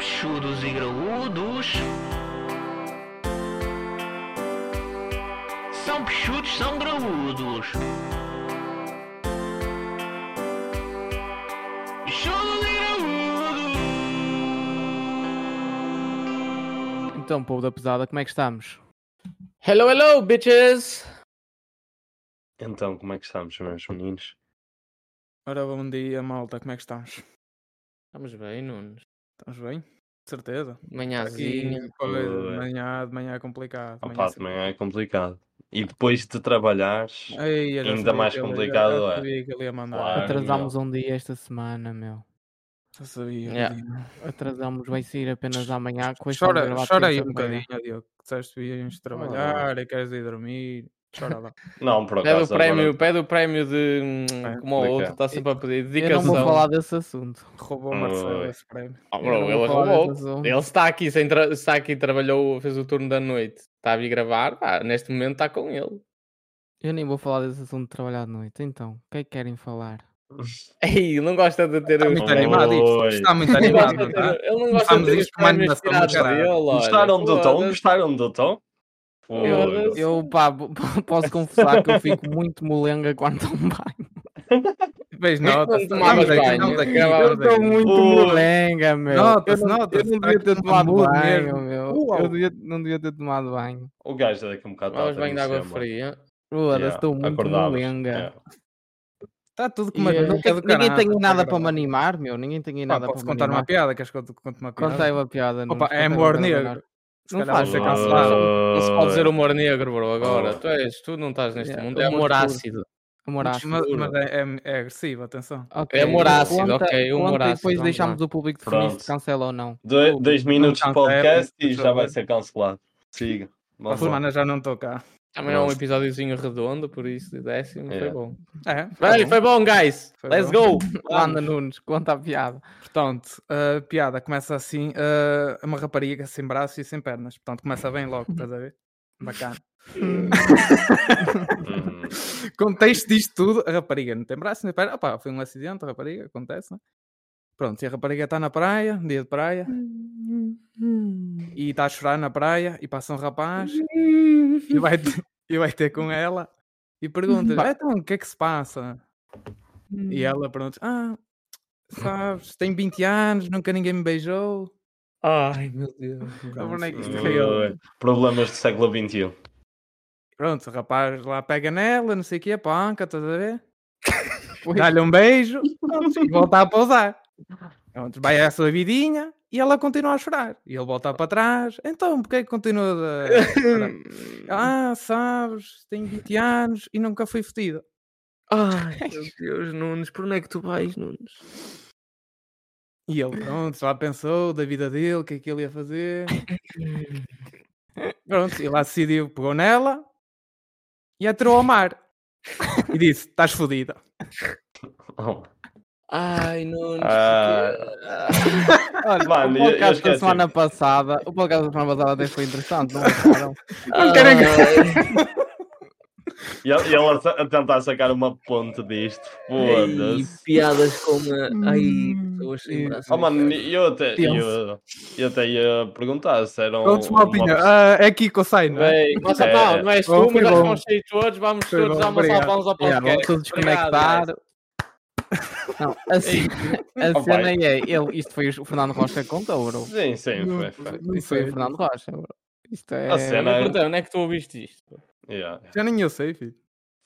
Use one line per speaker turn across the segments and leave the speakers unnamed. chudos e graúdos. São peixudos, são graúdos. Chudos e graúdos.
Então, povo da pesada, como é que estamos?
Hello, hello, bitches!
Então, como é que estamos, meus meninos?
Ora, bom dia, malta, como é que estamos?
Estamos bem, Nunes.
Estamos bem? De certeza.
Manhãzinha.
Aqui, um coisa, de manhã, de manhã é complicado.
Opa, manhã, de manhã é complicado. E depois de trabalhares,
Ei, eu já
ainda
sabia
mais
que ele ia-
complicado
eu já
é.
sabia que ele ia mandar.
Claro.
Atrasámos um dia esta semana, meu.
Já sabia.
Yeah.
Diogo.
Atrasámos, vai sair apenas amanhã. que hoje estamos a
Chora,
gravar
chora aí um
terça-feira.
bocadinho, Diogo. que Disseste que ias trabalhar e queres ir dormir. Chora lá.
Não, por
Pede o
acaso. tá
prémio,
Agora...
pede o prémio de hum,
É,
como o
de quê?
outro, está sempre a pedir
Eu não
dedicação.
vou falar desse assunto.
Roubou o
Ui.
Marcelo esse prémio.
Ah,
eu
bro,
não vou
ele
falar
roubou.
desse assunto.
Ele está aqui, sem tra- está aqui, trabalhou, fez o turno da noite, está a vir gravar, pá, neste momento está com ele.
Eu nem vou falar desse assunto de trabalhar de noite. Então, o que é que querem falar?
Ei, ele não gosta de ter
Tá
Está
os-
muito animado isto.
Oi.
Está muito
Ele não
animado,
gosta
não
de
está?
ter- ele não gosta de
Começámos
ter os
isto com uma
prémios
animação do
tirados
caralho.
dele. olha,
Gostaram do tom?
né? foda-se.
Gostaram do tom?
Foda-se.
Foda-se.
Eu, pá, bo- posso confessar que eu fico muito molenga quando tomo banho.
Vês,
Mas
nota.
quando tomavas banho,
Eu estou muito
Ui.
molenga, meu.
Nota-se,
eu não,
nota-se,
eu não
tá
devia ter
com
tomado
mamute
banho,
mesmo.
meu.
Uau.
Eu devia- não devia ter tomado banho.
O gajo daqui a um bocado.
Tomavas
tarde,
banho de
não sei,
água
mano.
fria.
Foda-se,
Yeah, assim, é.
estou muito
acordavas.
molenga.
Yeah.
Está Tá tudo com
E,
uma
eh,
bica
ninguém,
do
ninguém
caralho,
tem nada
está
para
agradável.
me animar, meu. Ninguém tem
Pá,
nada
posso
para me
contar uma
animar.
piada? Queres que eu te conte uma piada?
Conta aí uma piada. Nuno,
Opa,
conta
é
aí uma
amor
piada
negro.
melhor.
Se
Não
calhar
faz
vou ser
mal.
é cancelado.
Não se pode dizer
Oi.
humor negro, bro, agora.
Oh.
Tu és, tu não estás neste
Yeah,
mundo. É
humor
humor
puro.
ácido.
Amor
Mas,
ácido.
mas é, é- é agressivo, atenção.
Ok,
é amor
então
ácido,
conta-
ok, humor
conta e
ácido,
depois
vamos
deixamos o público definir
Pronto.
se cancela ou não.
Do- Dois minutos de
cancela,
podcast e
por
já vai
favor.
ser cancelado. Siga.
Para a
Vamos lá.
semana já não estou cá.
Também é um
Gosto.
episódiozinho redondo, por isso, de décimo, foi
Yeah.
bom.
É, tá
Velho,
bom.
foi bom, guys!
Foi
Let's
bom.
go!
Anda Nunes, conta a piada.
Portanto, a piada começa assim: ah, uma rapariga sem braço e sem pernas. Portanto, começa bem logo, estás a ver? Bacana.
Uhum.
Contexto disto tudo: a rapariga não tem braço nem perna. Opa, foi um acidente, a rapariga, acontece, né? Pronto, e a rapariga está na praia, um dia de praia, e está a chorar na praia, e passa um rapaz, e vai ter, e vai ter com ela, e pergunta-lhe: "Ah, então, o que é que se passa? E ela pergunta: Ah, sabes, tenho 20 anos, nunca ninguém me beijou.
Ai, meu Deus.
Sabe onde é que isto caiu?
Oi. Hum, Problemas do século um. XXI.
Pronto, o rapaz lá pega nela, não sei o que, a panca, estás a ver? Dá-lhe um beijo pronto, e volta a pousar. Pronto, vai à sua vidinha e ela continua a chorar. E ele volta para trás. Então, porquê que continua a chorar? Ah, sabes, tenho 20 anos e nunca fui fedido.
Ai, meu Deus, Nunes, por onde é que tu vais, Nunes?
E ele, pronto, já pensou da vida dele, o que é que ele ia fazer. Pronto, e lá decidiu, pegou nela e atirou ao mar. E disse, estás fodida.
Oh.
Ai, Nunes.
Ah.
Olha,
Mano,
o
eu-
é
eu
um podcast da
esqueci.
semana passada, o podcast da semana passada até foi interessante, não acharam?
Não
quero
é E ele e ele a sa- a tentar sacar uma ponte disto. Foda-se.
piadas com a. Ai, pessoas
Hum.
sem braço.
Oh, mano, eu até,
Tenso.
eu, eu até ia perguntar se eram.
Prontos, maltinha, ah, é aqui que eu saio, não é?
Bem, nossa,
É.
não, não és tu,
Bom, foi
mas nós
bom.
vamos sair todos, vamos
Foi
todos
bom,
almoçar,
obrigado.
vamos ao
Yeah, vamos
podcast.
todos desconectar. é
é.
Não, a cena, a
Oh,
cena
vai.
é, ele, isto foi o Fernando Rocha que contou,
Ah,
bro.
Sim, sim, foi. foi.
Isso foi o Fernando Rocha, bro. Isto é.
A cena é.
Portanto, onde é que tu ouviste isto?
Yeah.
Já nem eu sei, filho.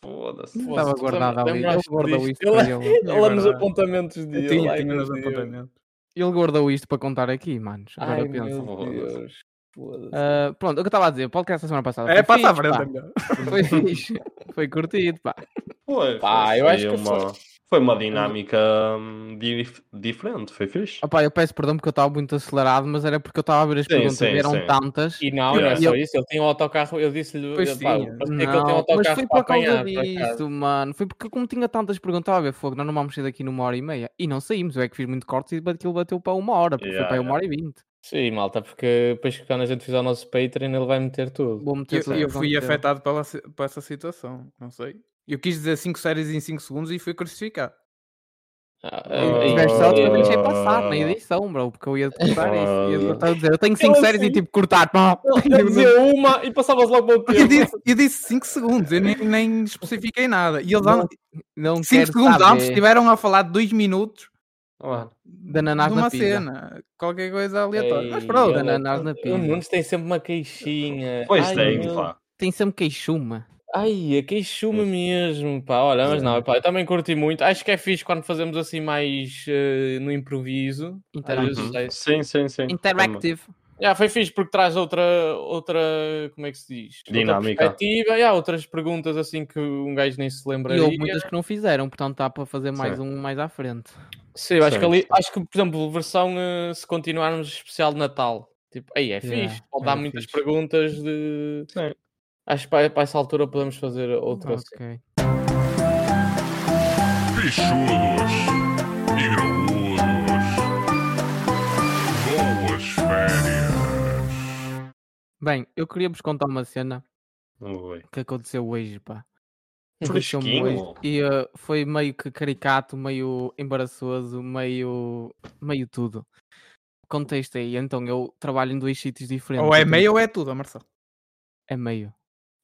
Foda-se.
Estava
Foda-se,
guardado ali. Ele
lembraste-te
guardou
disto?
isto para ele.
É
Ele nos
verdade.
apontamentos
Eu
dele.
tinha,
ai,
tinha
meu
nos
Deus.
apontamentos.
Ele guardou isto para contar aqui, manos. Agora
Ai,
pensa.
meu Deus. Foda-se.
Ah, pronto, o que eu estava a dizer, o podcast da semana passada.
É,
foi
passa à
fixe,
frente, é melhor.
pá. Foi fixe. Foi curtido, pá.
Foi,
Pá,
foi,
eu
foi
acho que
uma, foi. uma dinâmica hum, dif- diferente, foi fixe.
Opá, eu peço perdão porque eu estava muito acelerado, mas era porque eu estava a ver as
Sim,
perguntas
sim,
e eram
sim.
tantas.
E não, não é
Yeah.
só isso. Ele tinha um autocarro, eu disse-lhe.
Pois
eu- pá,
tinha.
parecia que ele tinha um
Não, mas
autocarro
foi
para
por causa
apanhar, por acaso.
disso, mano. Foi porque, como tinha tantas perguntas, estava a ver fogo, nós não vamos sair daqui numa hora e meia. E não saímos, eu é que fiz muito cortes e aquilo bateu para uma hora, porque
Yeah,
foi para uma hora e vinte.
Sim, malta, porque depois que quando a gente fizer o nosso Patreon, ele vai meter tudo.
Vou meter
Eu,
tudo
eu
o que
fui
aconteceu.
afetado pela, si- por essa situação, não sei. Eu quis dizer 5 séries em 5 segundos e fui crucificado.
Ah,
Tiveste
ah,
sorte que eu
ah,
deixei passar na edição, bro, porque eu ia te cortar isso. Ia te cortar a dizer, eu tenho
Então,
5
Eu
séries
assim-
e tipo cortar. pá.
Eu dizia uma e passavas logo para o
Eu
tempo.
disse, eu disse 5 segundos, eu nem, nem especifiquei nada. E eles
Não, não
5
quero
segundos
saber
antes estiveram a falar de 2 minutos
Ah,
Mano,
de ananás
de
na
uma
pizza.
cena, qualquer coisa aleatória.
É,
Mas
Ei,
pronto,
olha,
ananás na
um
pizza.
O Nunes tem sempre uma queixinha.
Pois
Ai,
tem,
meu-
pá.
Tem sempre queixuma.
Ai, a queixuma mesmo, pá. Olha,
É.
mas não, pá, eu também curti muito. Acho que é fixe quando fazemos assim mais eh, no improviso. Às
Interactive.
vezes, é-
Hum? Sim, sim, sim.
Interactive.
Já foi fixe porque traz outra, outra como é que se diz? Outra
Dinâmica.
perspectiva, e há outras perguntas assim que um gajo nem se
E
lembraria.
houve muitas que não fizeram, portanto está para fazer mais
Sim.
um mais à frente.
Sim, eu acho
Sim,
que ali,
sim.
acho que, por exemplo, versão eh, se continuarmos especial de Natal. Tipo, aí é
Yeah,
fixe, pode dar
era
muitas
fixe. É.
perguntas de.
Sim.
Acho que para, para essa altura podemos fazer outra. assim.
Ok.
Bichudos e graúdos. Boas férias.
Bem, eu queria vos contar uma cena
Ui.
que aconteceu hoje, pá. Aconteceu-me
Fresquinho.
hoje E eh, foi meio que caricato, meio embaraçoso, meio, meio tudo. Contexto aí, então eu trabalho em dois sítios diferentes.
ou
eu
é
tenho-
meio ou é tudo, ó, Marcelo.
É meio.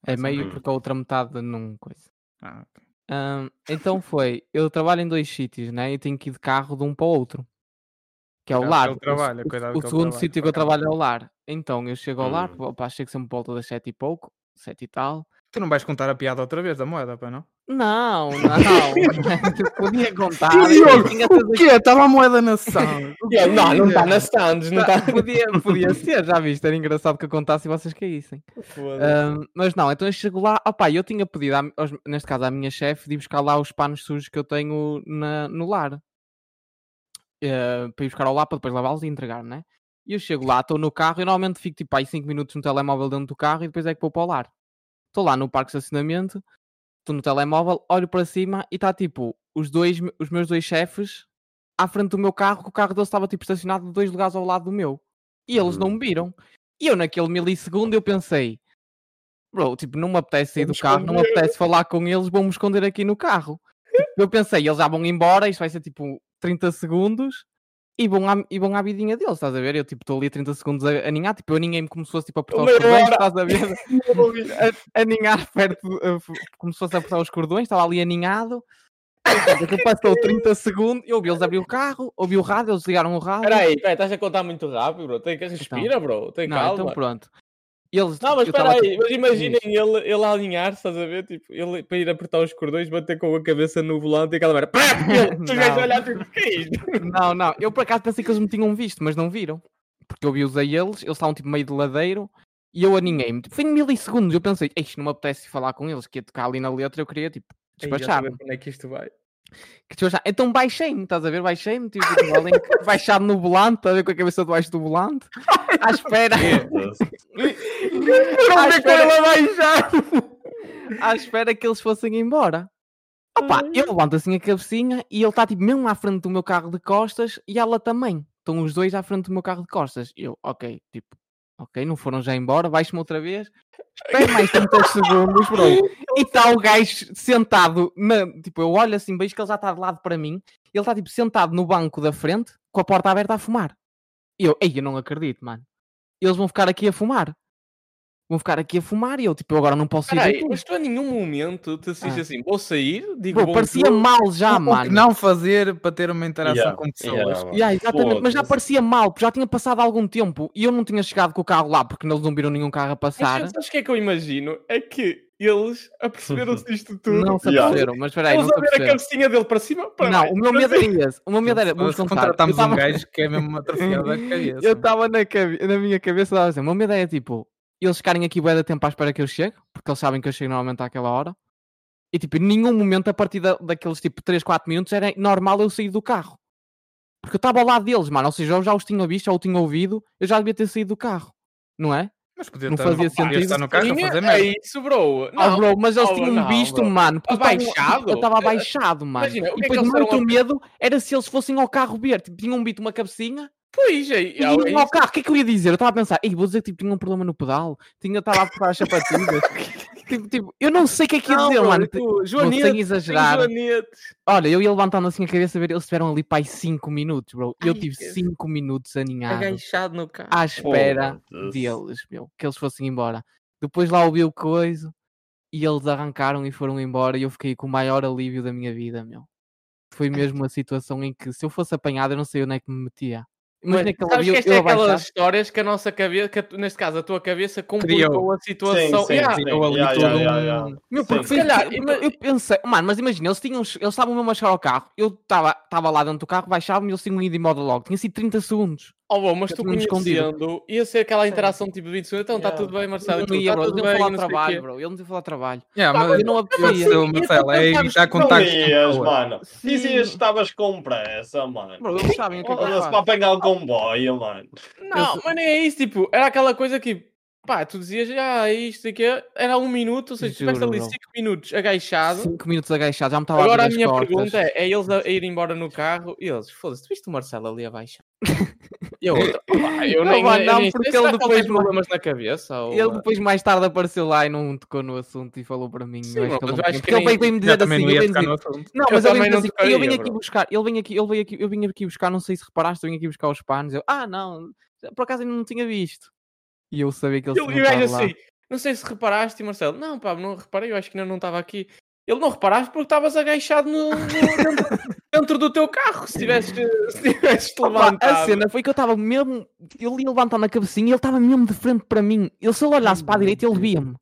É
Ah, só
meio
meio.
porque a outra metade não coisa.
Ah, ok.
Ahm, então foi, eu trabalho em dois sítios, né? E tenho que ir de carro de um para o outro. Que é o
Cuidado
lar.
com o trabalho,
o,
cuidado
o
com o
segundo
trabalho,
sítio que
por
eu trabalho é o lar. Então eu chego ao lar,
Hum.
opa, chego sempre por volta das sete e pouco, sete e tal.
Tu não vais contar a piada outra vez da moeda, pá, não?
Não, não. eu podia contar.
Diogo,
tinha essas
O quê? Estava a moeda na ação.
Yeah, não, não está na Sands, não está.
Tá, podia, podia ser, já viste? Era engraçado que eu contasse e vocês caíssem. Ahm, mas não, então eu chego lá, opá, eu tinha pedido, à mi- aos- neste caso à minha chefe, de ir buscar lá os panos sujos que eu tenho na- no lar. Eh, para ir buscar ao lar, para depois lavá-los e entregar, né? E eu chego lá, estou no carro, eu normalmente fico tipo aí 5 minutos no telemóvel dentro do carro e depois é que vou para o lar. Estou lá no parque de estacionamento, estou no telemóvel, olho para cima e está tipo os, dois, os meus dois chefes à frente do meu carro, que o carro deles estava tipo estacionado dois lugares ao lado do meu. E eles não
Hum.
me viram. E eu naquele milissegundo eu pensei, bro, tipo, não me apetece sair do
Vou-me
carro, não me apetece falar com eles, vou-me esconder aqui no carro. Tipo, eu pensei, eles já vão embora, isto vai ser tipo 30 segundos e vão à, e vão à vidinha deles, estás a ver? Eu tipo estou ali 30 segundos a aninhar, tipo eu ninguém me como se fosse tipo a apertar os
Meia
cordões,
hora.
estás a ver? a, aninhar perto, do- a- f- como se fosse a apertar os cordões, estava ali aninhado. Portanto, aquilo passou 30 segundos, eu ouvi eles abrir o carro, ouvi o rádio, eles ligaram o rádio.
Espera aí, pera, estás a contar muito rápido, bro. Tem que respira, bro. Tem
Então. não,
calma.
então pronto. Eles,
Não, mas
eu
espera
tava,
aí,
tipo,
mas imaginem ele, ele a alinhar, estás a ver? Tipo, ele para ir apertar os cordões, bater com a cabeça no volante e aquela merda. Pá! E ele, Tu vais
Não.
olhar tipo, o que é isto?
Não, não. Eu por acaso pensei que eles me tinham visto, mas não viram. Porque eu vi-os a eles, eles estavam tipo meio de ladeiro e eu aninhei-me. Tipo, foi em milissegundos. Eu pensei, isto não me apetece falar com eles, que ia tocar ali na letra, eu queria tipo despachar-me.
Onde é que isto vai?
Que despachar- Então baixei-me, estás a ver? Baixei-me, tipo, tipo além que- baixado no volante, estás a ver com a cabeça debaixo do volante, à espera.
É.
Ah,
à,
é
espera à espera que eles fossem embora. Opa, eu levanto assim a cabecinha e ele está tipo mesmo à frente do meu carro de costas e ela também. Estão os dois à frente do meu carro de costas. Eu, ok, tipo, ok, não foram já embora, baixo-me outra vez. Espera mais 30 segundos, bro. E está o gajo sentado, na, tipo, eu olho assim, vejo que ele já está de lado para mim. Ele está tipo sentado no banco da frente, com a porta aberta a fumar. E eu, ei, eu não acredito, mano. Eles vão ficar aqui a fumar. Vão ficar aqui a fumar e eu, tipo, eu agora não posso ir.
Peraí,
daqui.
mas tu a nenhum momento te assiste
Ah.
assim, vou sair, digo
Bro,
bom
parecia
Tipo, um jogo.
mal já,
O que
mano.
não fazer para ter uma interação
Yeah,
com pessoas.
yeah, mano.
Yeah, exatamente, mas já
Foda-se.
parecia mal, porque já tinha passado algum tempo e eu não tinha chegado com o carro lá porque eles não viram nenhum carro a passar.
Mas sabes o que é que eu imagino? É que eles aperceberam-se disto tudo.
Não se
Yeah.
aperceberam, mas peraí, não
Eles
se
a ver a
aperceberam.
cabecinha dele para cima, para
Não,
baixo,
o meu
para
medo é
cima.
era esse. O meu medo era. Vamos
Nós
contar.
contratámos
eu tava-
um gajo que é mesmo uma atrofiada da cabeça.
Uhum. Eu estava na, cabe- na minha cabeça, estava assim, o meu medo é tipo, eles ficarem aqui bué de tempo à espera que eu chegue, porque eles sabem que eu chego normalmente àquela hora. E tipo, em nenhum momento a partir da- daqueles tipo 3, 4 minutos era normal eu sair do carro. Porque eu estava ao lado deles, mano, ou seja, eu já os tinha visto, já o tinha ouvido, eu já devia ter saído do carro, não é?
Mas podia
não
estar,
fazia
podia
sentido.
estar no carro a
Ninguém-
fazer
É
merda.
isso, bro.
Ah,
Não,
bro, mas eles
não,
tinham
não,
visto,
bro.
mano. Porque eu tava-
Abaixado?
Eu estava
Eh,
abaixado, mano.
imagina,
e
o que é que
depois
eles
o meu
eram
outro
a-
medo era se eles fossem ao carro ver. Tipo, tinham visto uma cabecinha
pois é. é,
e iam
é
ao
isso.
carro. O que é que eu ia dizer? Eu estava a pensar, ei, vou dizer que tipo, tinha um problema no pedal. Tinha, estava a apertar as sapatilhas. Tipo, tipo, eu não sei o que é que ia dizer, mano.
tipo,
Não sem exagerar. Olha, eu ia levantando assim a cabeça a ver, eles tiveram ali pai 5 minutos, bro. Eu
Ai,
tive
que-
5 minutos aninhado
Agachado no carro.
à espera
Foda-se.
deles, meu, que eles fossem embora. Depois lá ouviu coisa e eles arrancaram e foram embora e eu fiquei com o maior alívio da minha vida, meu. Foi mesmo a situação em que se eu fosse apanhado eu não sei onde é que me metia. Imagina
Mano,
que ele
sabes
ouviu
que
eu,
esta é
eu abaixar.
aquelas histórias que a nossa cabeça, que a tu- neste caso a tua cabeça, complicou
Criou.
a situação.
sim,
Yeah.
sim.
eu ali
Yeah,
todo um
yeah, yeah, yeah.
Meu,
Sim.
porque foi,
Se calhar,
eu,
ima-
eu pensei, "Oh, mano, mas imagina, eles tinham, eles estavam mesmo a chegar ao carro, eu estava tava lá dentro do carro, baixava-me e eles tinham ido embora logo, tinha sido 30 segundos.
Oh, bom, mas
Já
tu
tinha-me escondido.
conhecendo, ia ser aquela interação tipo de 20 segundos. Então, está
Yeah.
tudo bem,
Eu
Marcelo? e
não
tu,
ia,
"Tá
bro, ele
tudo
não
bem",
ia falar
não
de
sei o quê. Tá, é
trabalho, bro, ele não ia falar de trabalho.
Yeah,
Pá,
mas
Eu não
eu
assim,
apetecia.
sei, o Marcelo, é evitar
Não
contacto.
ias, mano.
Sim.
Dizias que estavas com pressa, mano.
Bro, eles sabem o que é que eu
Olha-se para
faço.
apanhar o comboio, mano.
Não, mas nem é isso, tipo, era aquela coisa que, pá, tu dizias, ah, isto aqui era um minuto, ou seja, estiveste
Juro,
ali
bro.
5 minutos agachado.
5 minutos agachado, já me estava
Agora
a
a
ver as
minha
costas.
pergunta é, é eles a, a ir embora no carro e eles, foda-se, tu viste o Marcelo ali abaixo? E a outra, "Pá, eu
Não,
nem,
mano, não,
eu nem sei,
porque
será
ele
que tem
depois-
problemas na cabeça. Ou...
Ele depois mais tarde apareceu lá e não tocou no assunto e falou para mim.
Sim,
eu acho que
mas
ele não
eu acho
tinha-
que
porque ele
nem-
veio- veio-me
Já
dizer
também
assim,
não
eu
ia
venho
tocar no
dizer
assunto.
Não,
Eu
mas ele vem
também não
assim, eu vim
tocaria,
aqui
bro.
buscar, ele vem aqui, ele veio aqui, eu vim aqui buscar, não sei se reparaste, eu vim aqui buscar os panos. Eu, ah, não, por acaso ainda não tinha visto. E eu sabia que ele
E
tinha
o gajo
tá lá.
assim, não sei se reparaste, Marcelo, não, pá, não reparei, eu acho que ainda não estava aqui. Ele não reparaste porque estavas agachado no, no- dentro, dentro do teu carro, se tivesse, se tivesse
Opa, a
levantado.
cena foi que eu estava mesmo, ele ia levantando a cabecinha e ele estava mesmo de frente para mim. Ele se ele olhasse para a direita, ele via-me.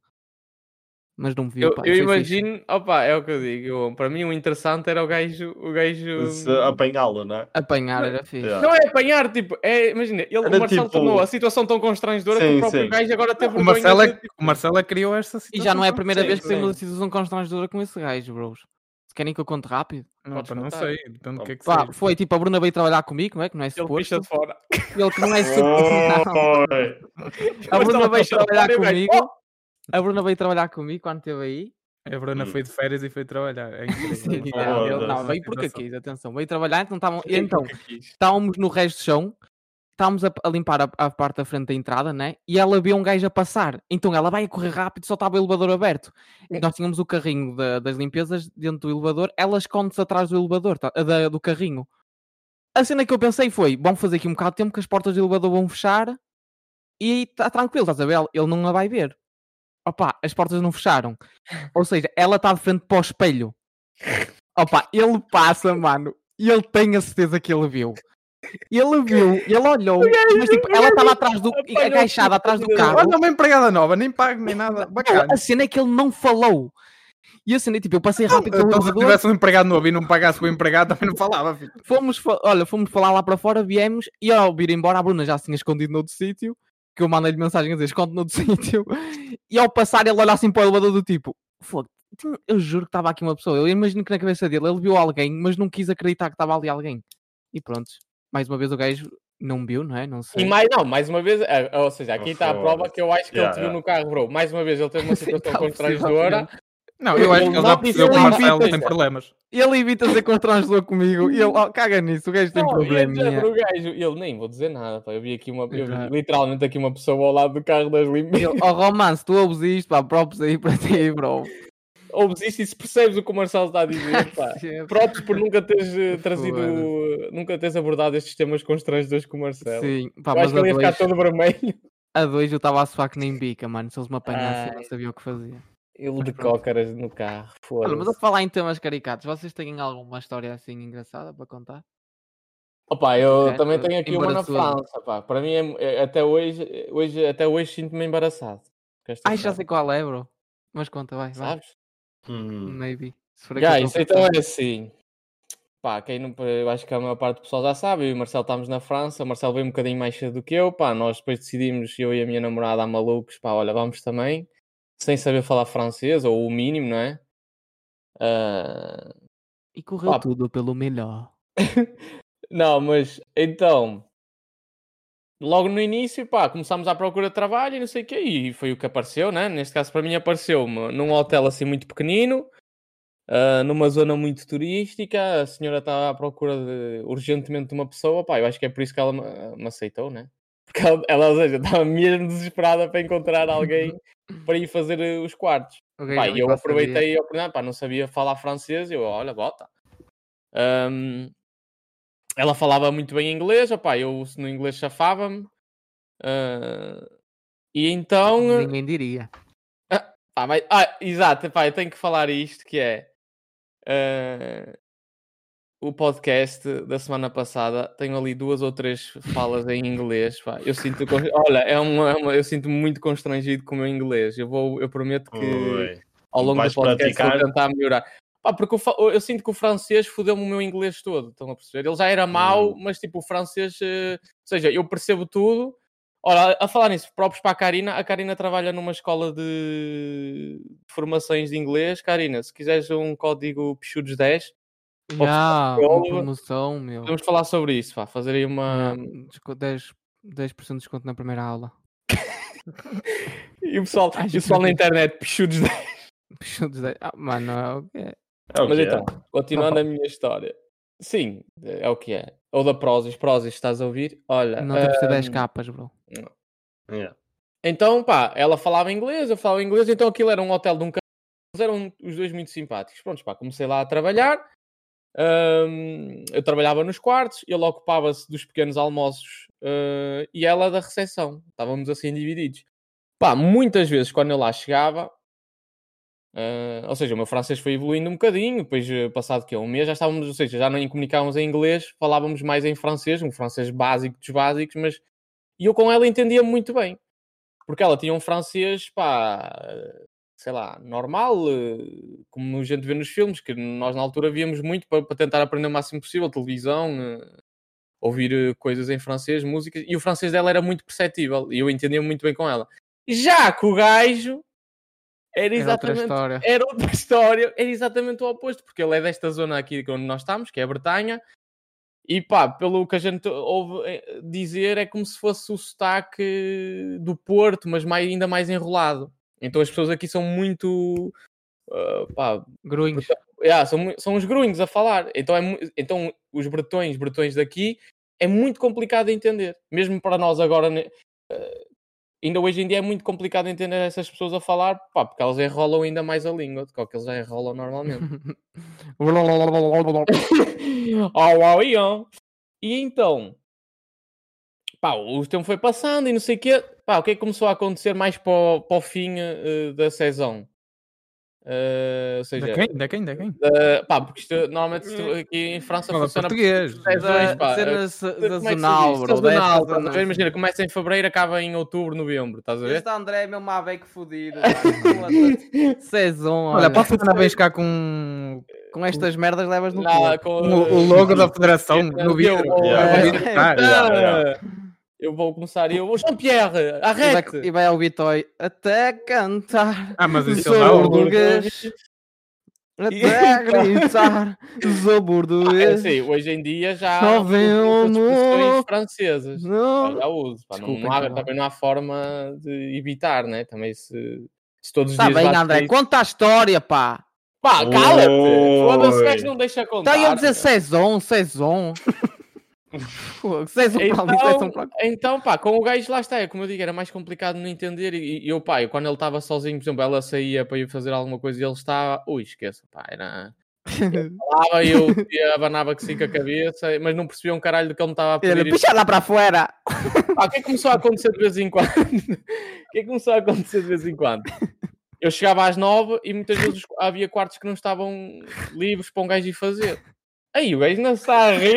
Mas não me viu,
Eu,
pá,
eu
foi fixe.
imagino, opa, é o que eu digo, eu- para mim o interessante era o gajo, o
Hum.
gajo...
Se apanhá-lo, não é?
Apanhar era fixe.
Yeah.
Não é apanhar, tipo, é, imagina, ele,
Era
o Marcelo
tipo-
tomou a situação tão constrangedora que
Sim,
o próprio
sim.
gajo agora teve
O Marcelo, é,
de-
o Marcelo é que criou esta
E
situação.
já não é a primeira
sim,
vez que
sim.
tenho uma situação constrangedora com esse gajo, bros. Se querem que eu conte rápido?
Não,
Podes
pá, não
contar.
sei, depende do que é que
Pá,
seja.
foi tipo, a Bruna veio trabalhar comigo, não é? Que não é
Ele
suposto.
puxa de fora.
Ele que não é suposto. não.
Oi.
A
Mas
Bruna
estava
veio
a falar,
trabalhar
eu ganhei.
comigo. A Bruna veio trabalhar comigo quando esteve aí.
A
Hum.
Bruna foi de férias e foi trabalhar. É
Sim,
incrível. Mas,
não, ele- não,
mas,
veio porque
situação.
quis, atenção. Veio trabalhar, então estavam.
Ele
Então,
nunca quis.
estávamos no resto do chão, estávamos a, a limpar a, a parte da frente da entrada, né? E ela vê um gajo a passar. Então ela vai a correr rápido, só estava o elevador aberto. E nós tínhamos o carrinho da- das limpezas dentro do elevador, ela esconde-se atrás do elevador, tá- da- do carrinho. A cena que eu pensei foi: vamos fazer aqui um bocado de tempo que as portas do elevador vão fechar e está tranquilo, estás a ver? Ele- Ele não a vai ver. Opa, as portas não fecharam. Ou seja, ela está de frente para o espelho. Opa, ele passa, mano. E ele tem a certeza que ele viu. Ele viu, ele olhou, mas tipo, ela estava atrás do.
apanhou tudo,
agachada atrás do
tudo.
carro.
Olha uma empregada nova, nem pago nem nada.
Não,
Bacana.
a cena é que ele não falou. E a cena é tipo, eu passei rápido pelo
Então, se
elevador,
tivesse um empregado novo e não pagasse o empregado, também não falava. filho.
fomos, fa- olha, fomos falar lá para fora, viemos, e ao vir embora, a Bruna já se tinha escondido noutro sítio, que eu mandei-lhe mensagem a dizer, esconde noutro sítio, e ao passar ele olha assim para o elevador do tipo, fogo, tinha- eu juro que estava aqui uma pessoa, eu imagino que na cabeça dele, ele viu alguém, mas não quis acreditar que estava ali alguém. E pronto, mais uma vez o gajo não me viu, não é? Não sei.
"Oh, E mais, não, mais uma vez, é, ou seja, aqui está a prova que eu acho que
Yeah,
ele te viu
yeah.
no carro, bro. Mais uma vez, ele teve uma
Sim,
situação
tá,
constrangedora.
Não, eu acho que ele
Não,
já percebeu que o
isso
assim,
é
Marcelo tem
difícil.
problemas.
Ele evita ser constrangedor comigo, e ele, oh, caga nisso, o gajo tem
Não, e é
probleminha.
dizer, o gajo, e ele nem vou dizer nada, pá. Eu vi aqui uma, eu vi
Exato.
literalmente aqui uma pessoa ao lado do carro das limpezas.
Ele, oh romance, tu ouves isto, pá, props aí para ti, bro.
Ouves isto e se percebes o que o Marcelo está a dizer, pá. Próprios por nunca teres eh, trazido,
Foda-se.
nunca teres abordado estes temas constrangedores com o Marcelo.
Sim, pá,
eu
mas
acho que
a
ele ia ficar
dois,
todo vermelho.
a dois eu estava a suar que nem bica, mano. Se eles me apanhassem, eu não
Ai.
sabia o que fazia.
Ele de
pronto.
cócaras no carro.
Olha, mas a
Foda-se.
falar em temas caricatos, vocês têm alguma história assim engraçada para contar?
Opa, eu
Certo,
também tenho aqui uma na
embaraçoso.
França, pá. Para mim, é- é- até hoje, hoje, até hoje sinto-me embaraçado. com esta
Ai, já
frase,
sei qual é, bro. Mas conta, vai, vai.
Sabes?
Hum.
Maybe. Se for
Já,
aquilo
isso
que eu
então
pensava.
é assim. Pá, quem não, eu acho que a maior parte do pessoal já sabe, eu e o Marcelo estamos na França, o Marcelo veio um bocadinho mais cedo do que eu, pá, nós depois decidimos, eu e a minha namorada, a malucos, pá, olha, vamos também, sem saber falar francês, ou o mínimo, não é? Ah,
E correu
Pá.
tudo pelo melhor.
Não, mas então, logo no início, pá, começámos à procura de trabalho e não sei o quê, e foi o que apareceu, né? Neste caso, para mim, apareceu-me num hotel assim muito pequenino, ah, numa zona muito turística. A senhora estava à procura de- urgentemente de uma pessoa, pá, eu acho que é por isso que ela me, me aceitou, né? Porque ela, ela, ou seja, estava mesmo desesperada para encontrar alguém para ir fazer eh, os quartos.
Ok,
Pá,
eu
e eu
já sabia.
aproveitei a oportunidade, pá, não sabia falar francês, e eu, olha, bota. Ahm, ela falava muito bem inglês, opá, eu no inglês chafava-me. Ah, e então.
Ninguém diria.
pá, vai- ah, exato, pá, eu tenho que falar isto que é. ah, o podcast da semana passada tenho ali duas ou três falas em inglês. Pá. Eu sinto. con- Olha, é uma, é uma- eu sinto-me muito constrangido com o meu inglês. Eu, vou, eu prometo que
Ui.
ao longo
Vais
do podcast
praticar?
vou tentar melhorar. Pá, porque eu, fa- eu sinto que o francês fodeu-me o meu inglês todo, estão a perceber? Ele já era mau,
Hum.
mas tipo, o francês... eh, Ou seja, eu percebo tudo. Ora, a falar nisso, próprios para a Karina, a Karina trabalha numa escola de formações de inglês. Karina, se quiseres um código Pichudos10,
Já, uma
psicóloga.
promoção, meu.
podemos falar sobre isso, pá. Fazer aí uma...
Já, desco- 10%, 10 de desconto na primeira aula.
E o pessoal,
Ai,
e o pessoal na
Jesus.
internet, Pichudos10.
Deixa eu dizer- Ah, mano, é o que é.
É o
Mas
que é.
então, continuando a minha história. Sim, é o que é. Ou da Prozis, Prozis, estás a ouvir? Olha,
não
eh,
temos de ter 10 capas, bro.
é. Yeah.
Então, pá, ela falava inglês, eu falava inglês, então aquilo era um hotel de um casal, eles eram os dois muito simpáticos. Prontos, pá, comecei lá a trabalhar, hum, eu trabalhava nos quartos, ele ocupava-se dos pequenos almoços eh, e ela da recepção, estávamos assim divididos. Pá, muitas vezes quando eu lá chegava, eh, ou seja, o meu francês foi evoluindo um bocadinho, depois eh, passado que um mês já estávamos, ou seja, já não comunicávamos em inglês, falávamos mais em francês, um francês básico dos básicos, mas e eu com ela entendia muito bem porque ela tinha um francês, pá, eh, sei lá, normal, eh, como a gente vê nos filmes, que nós na altura víamos muito para, para tentar aprender o máximo possível, televisão, eh, ouvir eh, coisas em francês, músicas, e o francês dela era muito perceptível, e eu entendia muito bem com ela. Já que o gajo era
Era É outra
exatamente
história.
era outra história, era exatamente o oposto, porque ele é desta zona aqui onde nós estamos, que é a Bretanha, e pá, pelo que a gente ouve eh, dizer, é como se fosse o sotaque do Porto, mas mais, ainda mais enrolado. Então as pessoas aqui são muito. ah, pá,
Grunhos.
yeah, É, ah, são, mui- são os grunhos a falar. Então, é, mu- então os bretões, bretões daqui, é muito complicado de entender. Mesmo para nós agora, ne- eh, ainda hoje em dia é muito complicado de entender essas pessoas a falar, pá, porque elas enrolam ainda mais a língua do que o que eles já enrolam normalmente. Au, au, ião. E então, pá, o tempo foi passando e não sei o quê. Pá, o que é que começou a acontecer mais para o, para o fim eh, da sezão? Eh, ou seja,
Da quem? Da quem? Da quem?
eh, pá, porque isto, normalmente isto aqui em França
Fala
funciona
português.
Mas, ah, pá,
Cena
Como é que se
sazonal,
diz?
bro.
Sazonal,
desta
estás a ver? Imagina, começa em fevereiro, acaba em outubro, novembro, estás a ver?
Este André é meu maveco fodido. mano. Sezon, olha,
é-
Olha, para a semana vens cá com,
com estas merdas levas no
Na-
cu.
com-
com o o logo da federação
Eu-
no vidro.
eu-
É,
eu-
no vidro, tá.
Yeah, yeah.
Ah! Eu vou começar, eu vou, Jean-Pierre,
E vai-
arrete! É
E vai ao Bitoy até cantar,
Ah, mas isso
Sou
é
eu.
o
português. até gritar, sou
É
português.
assim, hoje em dia já
Só
uso
vem o
outras
amor.
expressões francesas. Eu
Não.
já uso. pá, não- não
Desculpem,
há-
tá bom.
também não há forma de evitar, né? Também se, se todos os
Está
dias
Tá bem,
bates
André,
isso-
conta a história, pá.
Pá, cala-te!
Oi.
Foda-se, o gajo não deixa
Está
contar.
Tá aí a dizer
meu.
Sezon, Sezon. Fogo, Sezon para ali, Sezon para
Então, então, pá, com o gajo lá está, é como eu digo, era mais complicado de não entender. E, e eu, pá, eu, quando ele estava sozinho, por exemplo, ela saía para ir fazer alguma coisa e ele estava. Ui, esqueça, pá, era.
ali.
Falava e eu eu abanava que sim com a cabeça, mas não percebia um caralho do que ele me estava a pedir.
Ele, puxa lá para fora.
Pá, o que é que começou a acontecer de vez em quando? O que é que começou a acontecer de vez em quando? Eu chegava às nove e muitas vezes havia quartos que não estavam livres para um gajo ir fazer. Aí o gajo não se está a rir.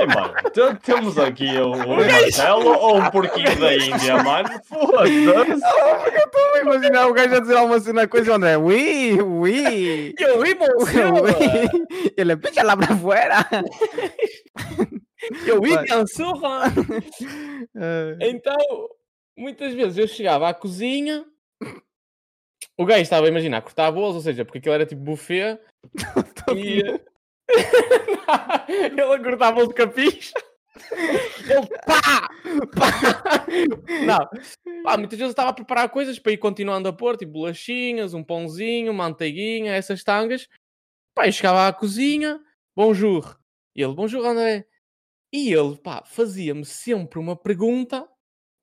Ei, mano, te- temos aqui um, um martelo ou um porquinho da Índia, mano? Foda-se.
Estou a imaginar o gajo a dizer alguma cena coisa e o André, ui, ui.
E eu ri,
ui.
Então,
Ele picha lá para fora.
Eu
Vai.
ri, cansurra. Então, muitas vezes eu chegava à cozinha, o gajo estava a imaginar cortar bolos, ou seja, porque aquilo era tipo buffet, e ele a cortar bolos de capis. Ele pá! pá! Não, pá, muitas vezes eu estava a preparar coisas para ir continuando a pôr, tipo bolachinhas, um pãozinho, manteiguinha, essas tangas. Pá, eu chegava à cozinha, bonjour. E ele, bonjour André. E ele, pá, fazia-me sempre uma pergunta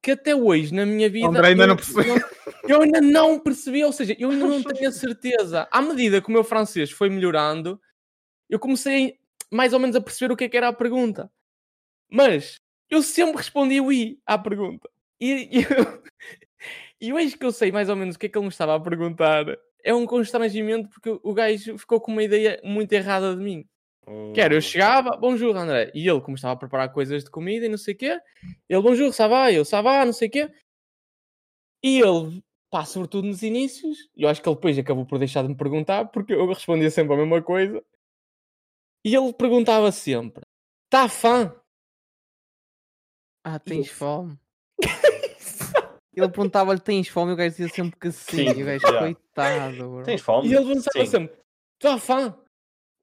que até hoje na minha vida.
André ainda
eu-
não percebeu.
Eu ainda não percebi, ou seja, eu ainda não tenho a certeza. À medida que o meu francês foi melhorando, eu comecei mais ou menos a perceber o que é que era a pergunta. Mas eu sempre respondi oui à pergunta. E, e eu, e hoje que eu sei mais ou menos o que é que ele me estava a perguntar, é um constrangimento porque o gajo ficou com uma ideia muito errada de mim.
Hum.
Que
Uhum.
era, eu chegava, bonjour André, e ele começava a preparar coisas de comida e não sei o quê, ele, bonjour, ça va, eu, ça va, não sei o quê, e ele, pá, sobretudo nos inícios, eu acho que ele depois acabou por deixar de me perguntar, porque eu respondia sempre a mesma coisa, e ele perguntava sempre, tá fã?
Ah, tens fome? Ele perguntava-lhe, tens fome? E o gajo dizia sempre que sim.
Sim,
E o gajo,
já.
coitado, bro.
Tens fome?
E ele lançava
Sim.
sempre, tá fã?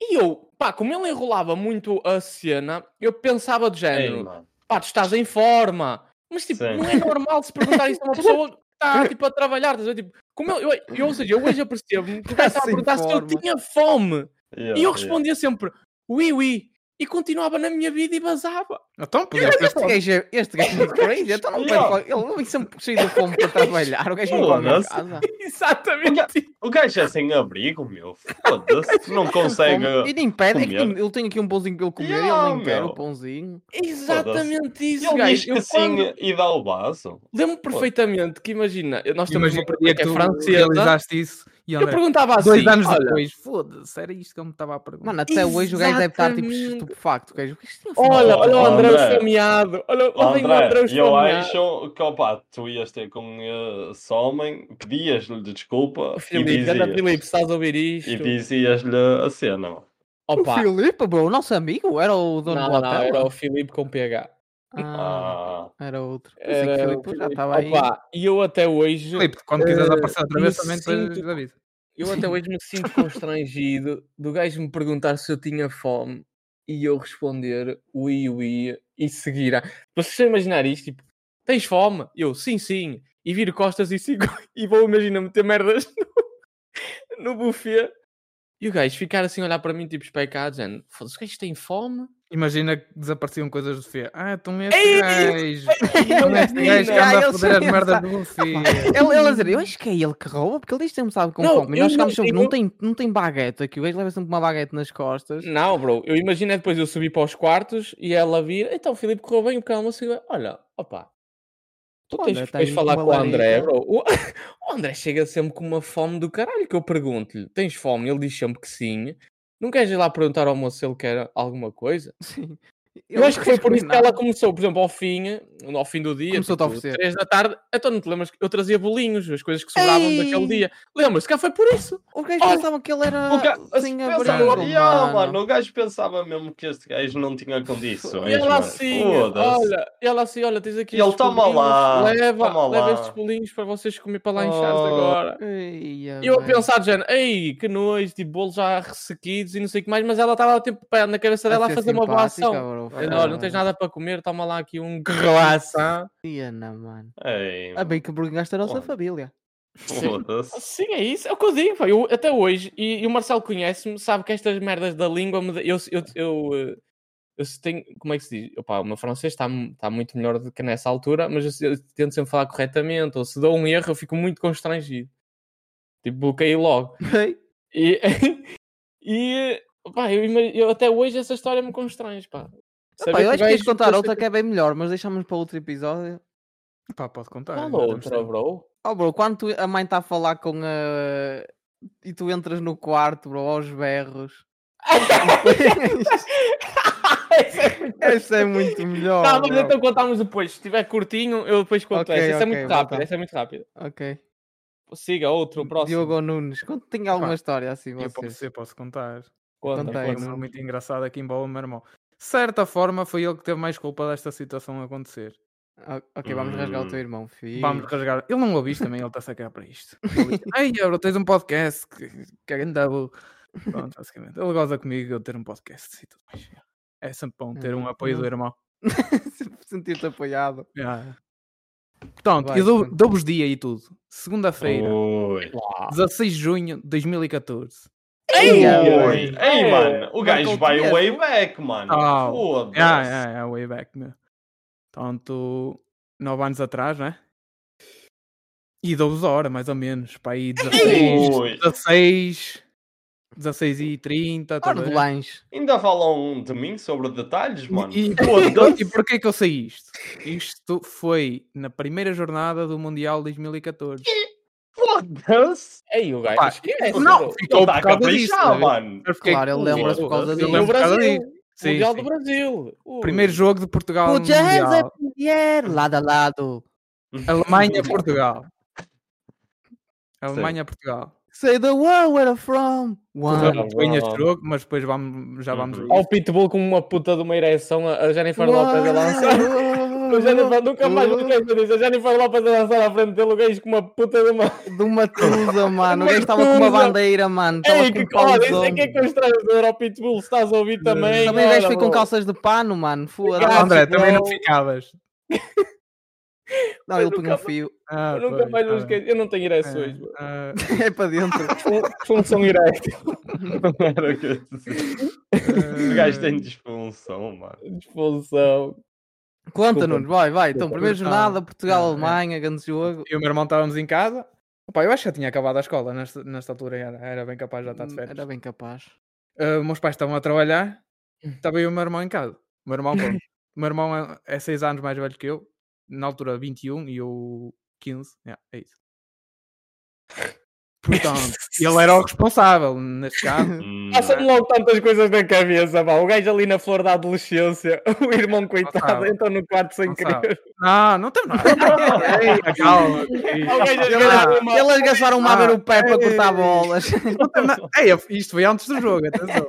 E eu, pá, como ele enrolava muito a cena, eu pensava do
Ei,
género,
mano.
pá, tu estás em forma. Mas tipo,
Sim.
não é normal se perguntar isso a uma pessoa que está tipo, a trabalhar. Estás a ver? Tipo, como eu, eu, eu, ou seja, eu hoje apercebo-me que o gajo estava a
Sem
perguntar se eu
forma.
tinha fome.
Yeah,
E eu
yeah.
respondia sempre, oui, oui. E continuava na minha vida e vazava.
Então, podia ter
Este gajo, é- este gajo é muito crazy. Então não tem
Yeah.
fome. Ele não vem sempre cheio de fome para trabalhar. O gajo não come em
Foda-se.
casa.
Exatamente.
O gajo é sem abrigo, meu. Foda-se. Não consegue.
Fome. E nem pede. É que
comer.
nem- eu tenho aqui um pãozinho para ele comer.
Yeah,
ele nem quer o
meu.
pãozinho.
Exatamente isso,
Ele diz
gajo. é um
que
Eu quando-
sim e dá o baço.
Lembro-me perfeitamente que imagina, nós temos
Imagina
uma
o
pergunta
dia
que
que
é
tu
francesa.
realizaste isso e
Eu
André,
perguntava assim,
dois anos
olha,
depois, foda-se, era isto que eu me estava a perguntar.
Mano, até hoje o gajo deve estar tipo
Exatamente.
estupefacto. O gajo, o que isto tem fome?
olha, olha o
Oh,
André
André.
esfameado. Olha, olha o André
André, eu
esfameado.
acho que opa, tu ias ter com eh, esse homem, pedias-lhe desculpa e
Filipe, anda é Filipe,
dizias-
estás a ouvir
e
isto?
dizias-lhe a cena. mano.
O
Opa,
Filipe, bro, o nosso amigo, era o dono
não,
do
não,
hotel.
era o Filipe com PH.
Ah,
Ah,
era outro. Pensei
Era
que o
o
Filipe já
Filipe.
estava aí.
Opa, e eu até hoje,
Filipe, quando quiseres
Eh,
aparecer outra vez,
eu
também
sinto-
depois avisa.
eu até hoje me sinto constrangido do gajo me perguntar se eu tinha fome e eu responder ui, ui e seguir. a- Vocês estão a imaginar isto? Tipo, tens fome? Eu, sim, sim. E viro costas e sigo e vou, imagina, meter merdas no, no buffet. E o gajo ficar assim a olhar para mim, tipo, especado, dizendo: Foda-se, o gajo tem fome?
Imagina que desapareciam coisas do Fia. Ah, então este
Ei,
gajo. Então este gajo que
Imagina!
Ah,
anda a
ele
foder as
sabia
merdas
essa-
do Fia. Hum,
Ele, ele a dizer, eu acho que é ele que rouba, porque ele diz que sempre sabe com
Não,
fome. E
eu
nós chegámos
não-
sempre, não
eu-
tem, não tem baguete aqui, o gajo leva sempre uma baguete nas costas.
Não, bro, eu imagino é depois eu subir para os quartos e ela vir, então o Filipe correu bem, o bocado almoço e eu, olha, opa, tu tens
Olha,
que
tá
depois
aí
falar
uma
com o André,
larica.
bro. O, o André chega sempre com uma fome do caralho, que eu pergunto-lhe, tens fome? Ele diz sempre que sim. Não queres ir lá perguntar ao moço se ele quer alguma coisa?
Sim.
Eu acho que foi por isso que
Não.
ela começou, por exemplo, ao fim, ao fim do dia,
Começou-te a oferecer.
3 da tarde, então não te lembras que eu trazia bolinhos, as coisas que sobravam daquele
Ei!
dia. Lembras-te que foi por isso?
O gajo
Olha,
pensava que ele era
o ga-
sem
assim,
pensava-
abrigo,
"Ah,
Yeah,
Ah, mano.
mano, o gajo pensava mesmo que este gajo não tinha
E
condições.
ela
mano.
assim,
Foda-se.
olha, e ela assim, olha, tens aqui
E ele,
estes
"Toma
bolinhos,
lá,
leva,
toma
leva
lá."
estes bolinhos para vocês comer para lá em Chaves
Oh.
agora.
Eia,
E eu a
velho.
pensar, de género, ei, que nojo, tipo, bolos já ressequidos e não sei o que mais, mas ela estava tipo, pá, na cabeça dela a
ser
fazer uma boa
simpática,
ação.
bro,
Dizendo, Olha, não tens nada para comer, toma lá aqui um croissant.
Diana, mano.
Ei,
A Ah, bem que burguinhaste a nossa
Olha.
família.
foda-se.
Sim, é isso, é o que eu digo, pá, eu, até hoje, e, e o Marcelo conhece-me, sabe que estas merdas da língua, me, dá- eu, eu, eu, eh, eu se tenho, como é que se diz? Opá, o meu francês está, mu- está muito melhor do que nessa altura, mas eu, se- eu tento sempre falar corretamente, ou se dou um erro eu fico muito constrangido. Tipo, bloqueio logo. E, e pá, eu, ima- eu até hoje essa história me constrange, pá. Saber
Pá, eu
o
acho que ias
gajo-
contar
eu
outra
sei-
que é bem melhor, mas deixámos para outro episódio.
Pá, pode contar.
Qual
ainda temos
outra,
tempo.
bro?
Oh, bro, quando tu- a mãe está a falar com a. E tu entras no quarto, bro, aos berros. Essa é muito melhor.
Tá, mas
bro.
então contamos depois. Se tiver curtinho, eu depois conto
Ok,
essa. Essa
ok,
é muito
boa
rápida,
tarde.
essa é muito rápida.
Ok.
Siga outro, o próximo.
Diogo Nunes, quando tem alguma
Pá,
história assim,
Eu
vocês.
posso, eu posso contar.
Conta,
conta aí,
Tem
conta.
uma muito engraçada aqui em Boa, meu irmão. De certa forma, foi ele que teve mais culpa desta situação acontecer.
O- Ok, vamos rasgar o teu irmão, filho.
Vamos rasgar. Ele não ouve isto também, ele está a sacar para isto. Ele diz, Ei, Euro, tens um podcast. Que, que é grande double." Pronto, basicamente. Ele goza comigo eu ter um podcast e tudo mais. É sempre bom ter
Uhum.
um apoio do irmão.
Sempre Sentir-te apoiado.
Já. Portanto,
Vai,
eu dou-
Fernando.
dou-vos dia e tudo. Segunda-feira,
Ui.
Lá.
16 de junho de 2014.
Ei,
Ui.
Ei,
Ei, mano, o gajo
Marcou
vai
dinheiro.
way back, mano.
Ah,
Foda-se.
Ah, é, é, way back, meu. Portanto, 9 anos atrás, né? E 12 horas, mais ou menos. Para aí 16,
Ui.
16, 16 e 30. estás a ver?
Hordelães.
Ainda falam de mim sobre detalhes, mano.
E,
Foda-se.
e porquê que eu sei isto? Isto foi na primeira jornada do Mundial 2014.
Foda-se.
é?
Aí o gajo. é
Pá,
esquece,
não,
bro.
ficou
Ele
por
está a
causa disso.
caprichar,
estás a ver?
mano.
Eu fiquei
Claro, ele
com-
lembra-se
eu
por causa
lembro-me
disso.
por causa
Brasil.
disso. Sim,
Mundial
sim.
do Brasil. Ui.
Tipo, Primeiro jogo de Portugal no
O jazz
Mundial.
é mulher, lado a lado.
Alemanha-Portugal. Alemanha-Portugal.
Say the world where I'm from.
Portugal.
One.
Portugal ganha este jogo, mas depois vamos, já vamos.
Uhum.
Ao Pitbull com uma puta de uma ereção, a a Jennifer Lopez a lançar.
Uau.
O Jennifer, nunca mais me esqueço disso. A Jennifer Lopez a dançar à frente dele, o gajo com uma puta de uma.
De uma tusa, mano. O gajo estava com
tusa.
uma bandeira, mano. Estava
Ei, que
com um calças.
coisa! Isso é que é constrangedor ao Pitbull, se estás a ouvir também.
Também o
olha,
gajo foi com
bro.
calças de pano, mano. Foda-se.
Obrigado.
é Ah, André,
Portugal.
também não ficavas.
Não, ele
nunca
punha um
mais-
fio.
Ah,
Eu nunca
pois,
mais
tá
me
bem.
esqueço. Eu não tenho ereções, bro.
Ah,
É para dentro.
Fun- Função erétil.
Não era o que eu ia dizer. O gajo tem disfunção, mano.
Disfunção. Desculpa.
Conta, Nuno. Vai, vai. Então,
Desculpa.
primeira jornada,
Ah, é.
Portugal-Alemanha, grande jogo.
ah, eu e o meu irmão estávamos em casa. Opa, eu acho que já tinha acabado a escola nesta, nesta altura, era, era bem capaz de já estar de férias.
Hum, Era bem capaz.
Ah, meus pais estavam a trabalhar, estava eu e o meu irmão em casa. O meu irmão, pronto, o meu irmão é- é 6 anos mais velho que eu, na altura 21 e eu 15, yeah, é isso. Portanto, ele era o responsável neste caso.
Hum,
Passa-me
é?
logo tantas coisas na cabeça, pá. O gajo ali na flor da adolescência, o irmão coitado,
sabe.
entra no quarto sem
Não
querer.
Não, não tem nada. Ei, calma.
Hum.
ei,
Ao gajo às
não
vezes
Ah.
tem nada,
dá uma-
Elas Ah, gastaram uma a ver o pé para cortar
Ei.
bolas.
não tem nada. Ei, eu- isto foi antes do jogo, atenção.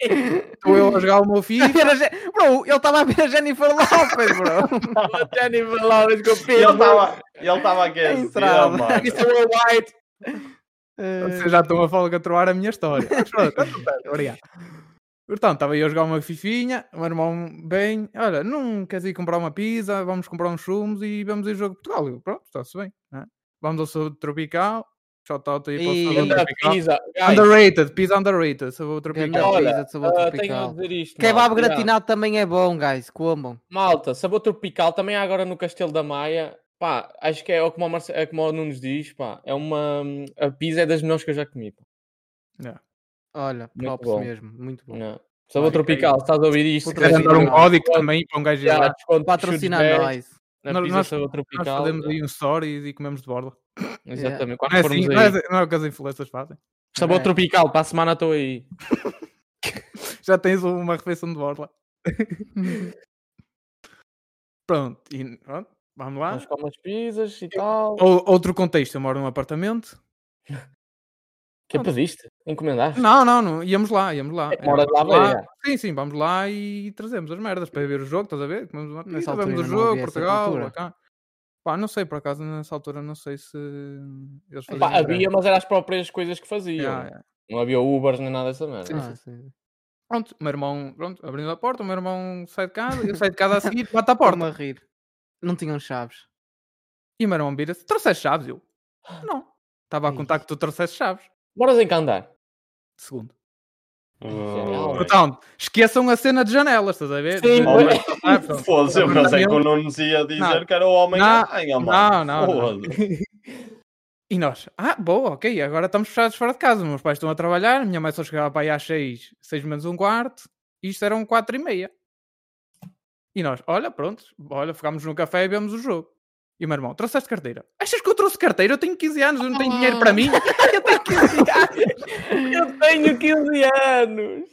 Estou eu a jogar o meu filho.
Era a Gen- Bro, ele estava a ver a Jennifer Lopez, bro.
A Jennifer Lawrence com o
E ele
Pitbull.
estava ele
É
tava aquecido,
Entrava.
mano.
Mr. Worldwide.
É,
Vocês já estão a falcatroar a minha história. Mas pronto, tá tudo bem, Obrigado. Portanto, estava eu a jogar uma fifinha, o meu irmão bem, olha, não queres ir comprar uma pizza, vamos comprar uns chumos e vamos ir jogo de Portugal. Eu, pronto, está-se bem. não é? Vamos ao Saúde Tropical, shout out aí para o
Ih,
Saúde
Ganda
Tropical.
pizza. Gajo,
Underrated, pizza underrated, Saúde Tropical.
Olha,
Olha,
ah, tenho a dizer isto.
Kebab
malta, já.
gratinado também é bom, guys. Comam.
Malta, sabor tropical também há agora no Castelo da Maia. Pá, acho que é, o como, o Marce- é como o Nunes diz, pá. É uma. A pizza é das melhores que eu já comi. Pá.
Olha,
Muito
props
bom.
mesmo. Muito bom.
Não. Sabor
aí.
tropical, estás a ouvir isto?
Se quiserem
quiseres
dar um
ir-
código também para um gajo ir
já,
lá,
desconto,
Patrocina
chutes verdes,
nós.
Na
Nós-
pizza
nós-
sabor
nós
tropical.
fazemos aí um story e comemos de borda.
Exatamente.
Não é,
Quando
assim,
formos
não, é,
aí.
assim- não é o que as influências fazem.
Sabor
é.
tropical, para a semana estou aí.
Já tens um, uma refeição de borla.
Uhum.
Pronto, e pronto, vamos lá.
Nós comemos pizzas e tal.
Ou- outro contexto, eu moro num apartamento.
que pediste? Encomendaste?
Não, não, não, íamos lá, íamos lá.
É, moras lá,
Vamos
vai,
Sim, sim, vamos lá e trazemos as merdas para ver o jogo, estás a ver? Comemos uma
Nessa
pizza,
altura
vemos o
ainda não
jogo,
havia essa
Portugal,
cultura.
bacana. Pá, não sei, por acaso, nessa altura, não sei se eles faziam.
Pá,
greve.
havia, mas eram as próprias coisas que faziam.
Ya, ya.
Não havia Ubers nem nada dessa merda.
Ah, sim.
Pronto, o meu irmão, pronto, abrindo a porta, o meu irmão sai de casa, eu saio de casa a seguir, bate à porta.
Estou-me a rir. Não tinham chaves.
E o meu irmão vira-se, trouxeste chaves? Eu, não. Estava a
Ei.
contar que tu trouxeste chaves.
Moras em Candar.
Segundo.
Genial,
Ui.
Portanto, esqueçam a cena de janelas, estás a ver?
Sim,
De-
mas-
Ah, pronto.
Foda-se, eu pensei que o
Apartamento.
Nunes ia dizer
Não.
que era o homem
Não,
aranha,
não,
mano.
não, não.
Foda-se.
E nós, ah, boa, ok, agora estamos fechados fora de casa. Meus pais estão a trabalhar, a minha mãe só chegava para aí às 6, 6 menos um quarto, e isto eram 4 e meia. E nós, olha, pronto, olha, ficámos no café e vemos o jogo. E o meu irmão, trouxeste carteira? Achas que eu trouxe carteira? Eu tenho 15 anos, eu não tenho dinheiro para mim. Eu tenho 15
Eu tenho 15 anos!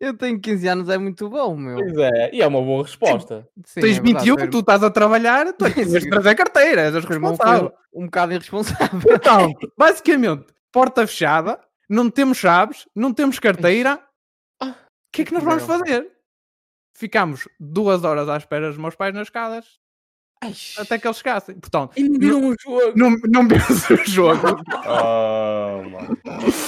Eu tenho 15 anos, é muito bom, meu.
Pois é, e é uma boa resposta.
Sim,
tens
é verdade,
21,
teu
tu estás a trabalhar, tu
Sim,
tens
sim.
de trazer carteira, és
irmão foi
responsável.
um bocado irresponsável.
Então, basicamente, porta fechada, não temos chaves, não temos carteira.
Ah,
O que é que nós vamos
Não.
fazer? Ficámos duas horas à espera dos meus pais nas escadas até que eles chegassem. Portanto,
E não viram o jogo.
não, não vimos o jogo.
Ah, mano.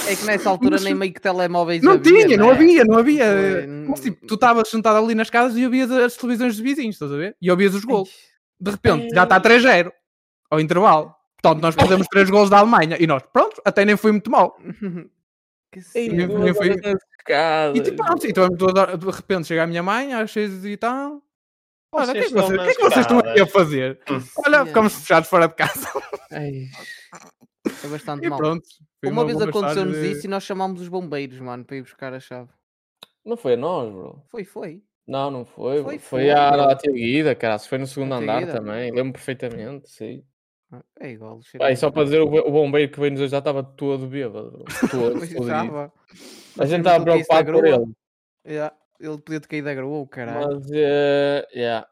É que nessa altura nem meio que telemóveis
Não
havia,
tinha, não
é?
havia, não havia.
Foi,
Mas, tipo, tu estavas sentado ali nas casas e ouvias as televisões dos vizinhos, estás a ver? E ouvias os golos. De repente,
Eh.
já está 3-0 ao intervalo. Portanto, nós perdemos 3 golos da Alemanha. E nós, pronto, até nem foi muito mal.
Que
Ei,
cena.
não- nem
duas
foi-
eh,
horas nas escadas.
tipo, ah, E tipo, pronto, então, de repente chega a minha mãe às seis e tal, Mano, o que é que
Vocês estão
vocês, o que é que vocês estão aqui a
mascaradas.
fazer? Olha,
Yeah.
ficamos fechados fora de casa.
Ai, é bastante
E
mal.
pronto. Foi
Uma vez
boa
aconteceu-nos
tarde.
isso e nós chamámos os bombeiros, mano, para ir buscar a chave.
Não foi a nós, bro.
Foi, foi.
Não, não foi.
Foi, foi,
Foi, foi, à
bro.
à tia Guida, cara. Se foi no segundo
À tia
andar
Guida.
também. Lembro perfeitamente, sim.
Ah, É igual. cheira
Pá, e
mesmo.
só para dizer, o bo- o bombeiro que veio nos ajudar estava todo bêbado. bro. Todo,
Mas
fodido.
estava.
A
Vimos
gente estava
o que é isso da
preocupado por
grua.
ele.
Yeah, Ele podia ter caído da grua, o caralho.
Mas, eh, yeah.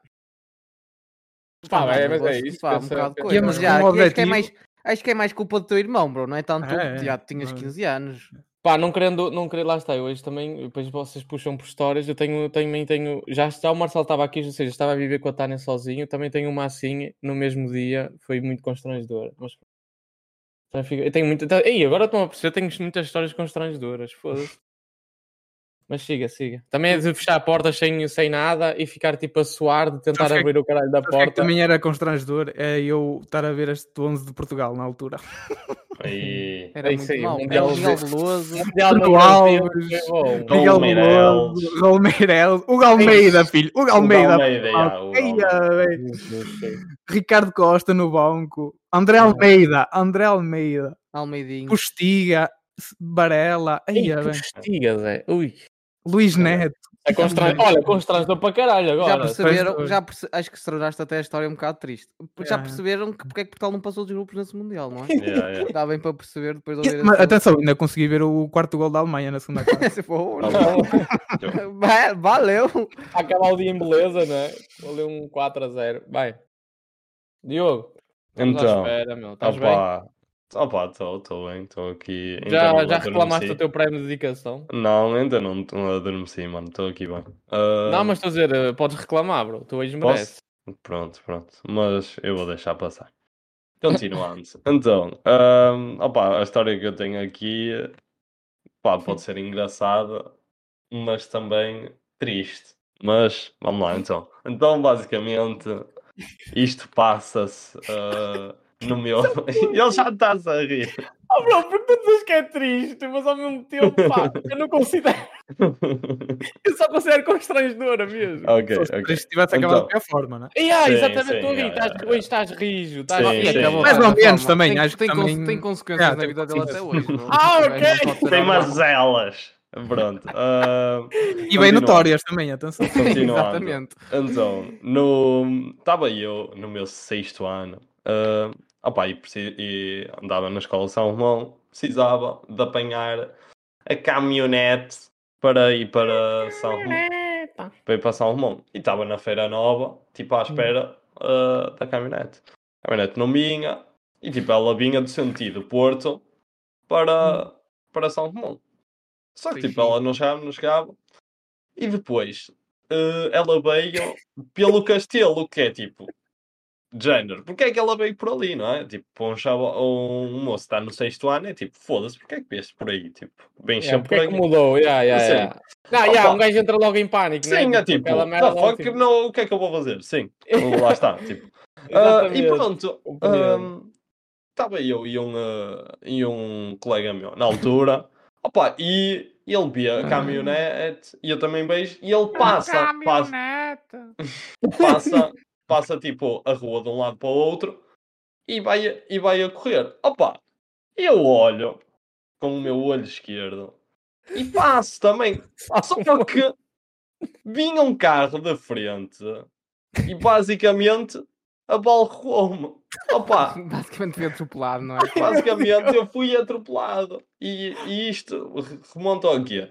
Pá,
mas
é,
eu
mas é
gosto,
isso,
pá, um
pensa-
bocado de
pensa-
coisa.
Temos
Já,
como
acho, que é
objetivo-
mais, acho que é mais culpa do teu irmão, bro. Não é tanto.
É, é.
já tinhas
Mas-
15 anos.
Pá, não querendo, não querer, lá está, eu hoje também, depois vocês puxam por histórias, eu tenho, também tenho, já, já o Marcelo estava aqui, ou seja, estava a viver com a Tânia sozinho, também tenho uma assim, no mesmo dia, foi muito constrangedora, mas... Também fica- Eu tenho muita, tá- ei, agora estou a perceber, tenho muitas histórias constrangedoras, foda-se. Mas siga, siga. Também é de fechar portas sem, sem nada e ficar tipo a suar, de
Sabes
tentar
que é que-
abrir o caralho da
Sabes o que é que
porta.
também era constrangedor é eu estar a ver este 11 de Portugal na altura.
E...
Era
É
muito
isso aí,
mau.
um
Miguel,
belo
Miguel
desse.
Veloso.
Mundial no
Bruno
Brasil,
Alves,
foi bom.
Dom
Miguel
Meireles.
Veloso, Galmeireles, o Galmeida, filho, o Galmeida.
Galmeida, já, o
Eia,
Galmeida.
bem.
Não sei.
Ricardo Costa no banco, André Almeida, André Almeida,
Almeidinho.
Postiga, Barela,
Ei,
eia,
que
bem.
estiga, Zé. Ui.
Luís Neto,
É constran... Olha, constrangedor para caralho
Já
agora.
perceberam,
dois.
já perce- acho que se tornaste até a história um bocado triste. Já
Yeah.
perceberam que porque é que Portugal não passou dos grupos nesse Mundial, não é?
Yeah, yeah.
Dá bem para perceber depois de
Que-
ouvir
É, mas
esta-
atenção, ainda consegui ver o quarto gol da Alemanha na segunda quarta.
Se for,
Não,
não. Va- Valeu!
Acabar o dia Tá em beleza, não é? Valeu um 4 a 0. Vai. Diogo. estamos à
Então,
espera, meu. Estás bem?
Opa, Tá opa, estou bem, estou aqui. ainda
Já,
não
já
adormeci.
reclamaste do teu prémio de dedicação?
Não, ainda não, não adormeci, mano, estou aqui bem.
Não,
Ah,
mas estou a dizer, eh, podes reclamar, bro. Tu hoje
Posso?
merece.
Pronto, pronto. Mas eu vou deixar passar. Continuando. Então, ahm, opa, a história que eu tenho aqui pá, pode ser engraçada, mas também triste. Mas vamos lá então. Então, basicamente, isto passa-se ah, no meu. Ele já está a rir.
Oh, bro, porque tu dizes que é triste, mas ao mesmo tempo, pá, eu não considero. Eu só considero constrangedora mesmo.
ok,
Se
ok.
tivesse acabado
Então.
da pior forma, não é?
E ah,
Ah, Sim,
exatamente,
sim,
estou a rir.
já,
Estás-
já, já.
Hoje estás rijo. Estás
Sim, sim.
Mais ou
Calma,
menos
calma.
também,
Tem-
acho que
tem, cons-
também-
tem consequências
Yeah,
na
tem
vida dele até hoje. bro.
Ah,
O gajo não é?
ok.
pode ter nada.
Tem mais elas. Pronto. ah,
E bem
Continuando.
notórias também, atenção.
continuando.
Exatamente.
Então, no estava eu no meu sexto ano, ah, opá, e, preci- e andava na escola de São Romão, precisava de apanhar a caminhonete para ir para São Romão, para ir para São Romão. E estava na Feira Nova, tipo à espera ah, da caminhonete. A caminhonete não vinha, e tipo ela vinha do sentido Porto para, para São Romão. Só que tipo
Sim.
ela não chegava, não chegava. E depois eh, ela veio pelo castelo, que é tipo de género. Porque é que ela veio por ali, não é? Tipo, para um, chava, um moço está no sexto ano, é tipo, foda-se, porque é que vieste por aí? Tipo, vem
Yeah,
sempre
porque
por
é
aí.
que mudou? Yeah, yeah,
Sim.
yeah. Não, yeah,
Opa.
um gajo entra logo em pânico, né?
Sim, é tipo,
aquela merda
"The
logo,
fuck,
tipo,
não, o que é que eu vou fazer? Sim, lá está, tipo. Ah,
exatamente.
e pronto,
compreendo.
estava eu e um, ah, e um colega meu na altura, opa, e ele via a caminhonete e eu também beijo, e ele passa, passa, passa, passa tipo a rua de um lado para o outro e vai, e vai a correr. Opa, eu olho com o meu olho esquerdo e passo também. Só que vinha um carro da frente e basicamente abalroou-me. Opa,
Basicamente foi atropelado, não é?
Basicamente, eu fui atropelado. E, e isto remonta ao quê?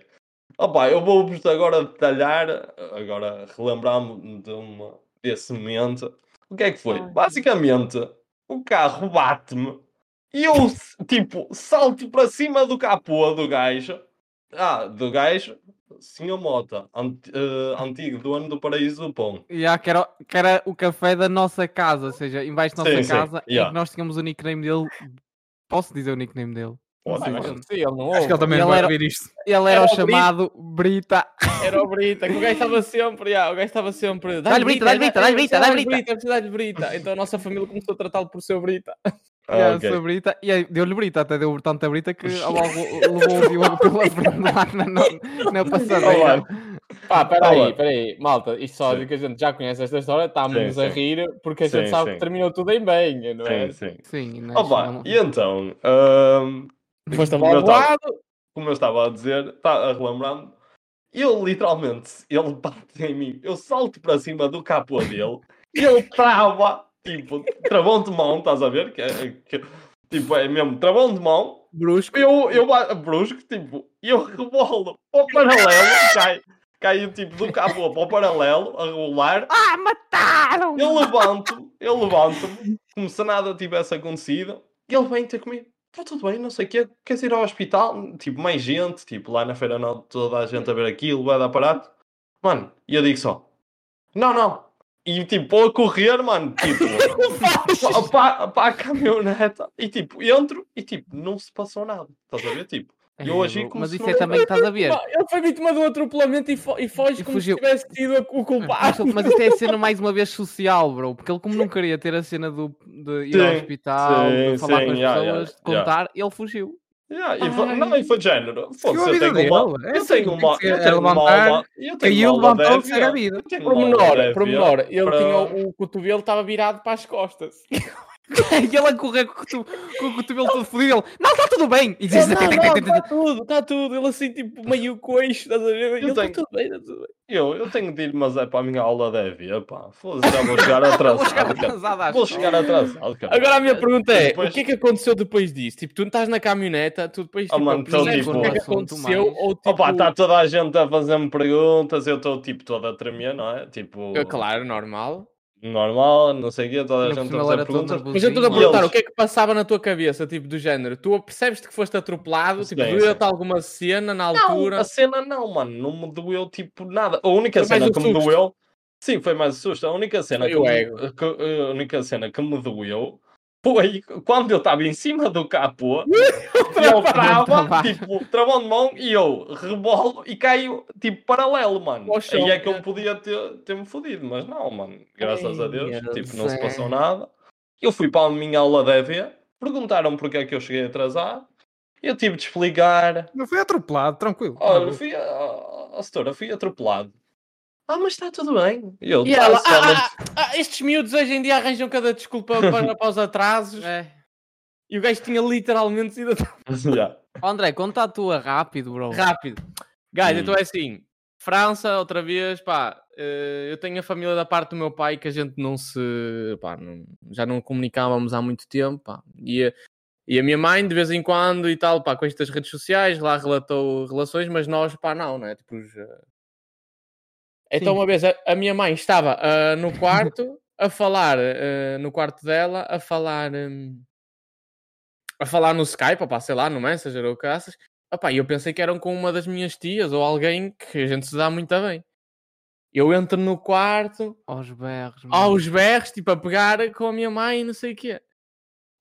Opa, eu vou-vos agora detalhar, agora relembrar-me de uma- desse momento. O que é que foi? Basicamente, o carro bate-me e eu, s- tipo, salto para cima do capô do gajo. Ah, do gajo, senhor Mota, ant- eh, antigo dono do Paraíso do Pão.
Yeah, que, era, que era o café da nossa casa, ou seja, embaixo da nossa
Sim, sim,
casa, em
yeah.
que nós tínhamos o nickname dele. Posso dizer o nickname dele?
Pode,
Ah,
Sim,
mas
sim.
não sei, ele não
Acho que ele
ouve.
também
Ele
não vai
era-
ouvir isto.
Ele era
Era
o
o Brito.
chamado Brita.
Era o Brita, que o gajo estava sempre, yeah, o gajo estava sempre.
Dá-lhe Brita, dá-lhe Brita, dá-lhe Brita, dá-lhe Brita."
dá-lhe Brita. Então a nossa família começou a tratá-lo por seu Brita.
Ah,
Yeah,
ok.
sou Brita. E aí deu-lhe Brita, até deu tanta Brita que a Val levou o Diogo pela frente lá na, na, na
Olá.
passadeira.
Pá, peraí,
Olha.
peraí, malta, isto só
Sim.
que a gente já conhece esta história,
Sim,
estávamos
sim.
a rir porque a gente
Sim,
sabe
sim.
que terminou tudo em bem, não é?
Sim, sim.
Sim, não é?
Opa,
Não-
e então, ahm,
Foste "Ah,
Como eu tava-
amaldoado,
como eu estava a dizer, está a relembrar-me, eu literalmente, ele bate em mim, eu salto para cima do capô dele, ele trava, tipo, travão de mão, estás a ver? Que, é- que- tipo, é mesmo, travão de mão,
Brusco.
eu, eu ba- brusco, tipo, e eu rebolo para o paralelo, cai, cai tipo do capô para o paralelo, a rolar,
Ah, mataram!
eu levanto, eu levanto-me, como se nada tivesse acontecido, e ele vem ter comigo. Está tudo bem, não sei o quê. Queres ir ao hospital? Tipo, mais gente, tipo, lá na feira não toda a gente a ver aquilo, vai dar parado. Mano, e eu digo só, não, não. E tipo, vou a correr, mano, tipo, para a caminhoneta. E tipo, entro e tipo, não se passou nada. Estás a ver? Tipo, eu agi como
Mas
se
isso
não-
é também que estás a ver.
pá, ele foi vítima do atropelamento e, fo e foge
E
como
fugiu.
se tivesse sido a- o
Mas,
culpado.
mas isto é a cena mais uma vez social, bro. Porque ele, como não queria ter a cena do, de ir ao
Sim,
hospital, de
sim,
falar
sim,
com as
yeah,
pessoas,
yeah,
de contar, ele fugiu.
Yeah, e foi, não, e foi de género. Foda-se, eu
vida
tenho uma.
dele, é
Eu tenho
assim,
uma.
tem que
Eu
ser
tenho uma.
levantar,
alma- Eu
E
tenho
ele
uma. alma
levantou
deve,
segue a vida.
eu tenho uma alma
Promenor,
deve,
promenor, ele
para-
tinha o, o cotovelo estava virado para as costas.
e ele a correr com o cotu- com o cotovelo todo fodido. Ele, não, está tudo bem! E diz,
Ele, não, não, está Tá tudo, está tudo. Ele assim, tipo, meio coixo, estás a ver? Ele está
tenho-
tudo bem, está tudo bem.
Eu, eu tenho de ir, mas é para a minha aula deve, pá. Foda-se, já vou chegar atrasado.
vou chegar
cara.
atrasado às
Vou chegar atrasado, cara.
Agora a minha pergunta é:
Depois-
o que é que aconteceu depois disso? Tipo, tu não estás na caminhoneta, tu depois
Oh,
tipo,
mano, então,
percebes o que é que
tipo, assunto
aconteceu?
mais.
Ou tipo.
Opa, tá está toda a gente a fazer-me perguntas, eu estou tipo toda a tremer, não é? Tipo,
é Claro, normal.
normal, não sei o quê, toda a
Ainda por
gente
cima
a
ele
fazer
era todo
perguntas.
Mas eu estou a
Sim,
perguntar,
eles-
o que é que passava na tua cabeça, tipo, do género? Tu percebes-te que foste atropelado, tipo,
Sim,
doeu-te
sim.
alguma cena na
Não,
altura?
a cena não, mano, não me doeu tipo nada. A única
Foi mais
cena
o
que me
susto.
doeu. Sim, foi mais um susto. A única cena
Foi
que,
o
me-
ego.
que- a única cena que me doeu foi quando eu estava em cima do capô e eu trava,
Travava.
tipo, travão de mão e eu rebolo e caio tipo paralelo, mano.
Ao chão.
Aí é que eu podia ter, ter me fodido, mas não, mano. Graças a
Ai,
Deus,
meu
tipo, não se
Zé.
passou nada. Eu fui para a minha aula de EV, perguntaram porque é que eu cheguei atrasado. Eu tive de explicar,
Não foi atropelado, tranquilo.
Oh,
Olha,
Uhum.
Não,
fui, a, a senhora, fui atropelado. Ah, mas está tudo bem. E eu,
E
"Tá,
ela,
senhora,
"Ah, ah, ah, estes miúdos hoje em dia arranjam cada desculpa para, para os atrasos.
É.
E o gajo tinha literalmente sido ah."
não-" Yeah.
Ó, André, conta a tua rápido, bro.
rápido. Gajo,
Hum.
então é assim. França, outra vez, pá, eh, eu tenho a família da parte do meu pai que a gente não se. pá, não- já não comunicávamos há muito tempo, pá. E, a- e a minha mãe, de vez em quando e tal, pá, com estas redes sociais, lá relatou relações, mas nós, pá, não, né? Tipo, os, eh, Então,
Sim.
uma vez, a, a minha mãe estava ah, no quarto, a falar, eh, no quarto dela, a falar. hum, a falar no Skype, opá, sei lá, no Messenger ou o caraças. Opá, e eu pensei que eram com uma das minhas tias ou alguém que a gente se dá muito bem. Eu entro no quarto,
Aos berros, mano.
aos berros, tipo, a pegar com a minha mãe e não sei o quê.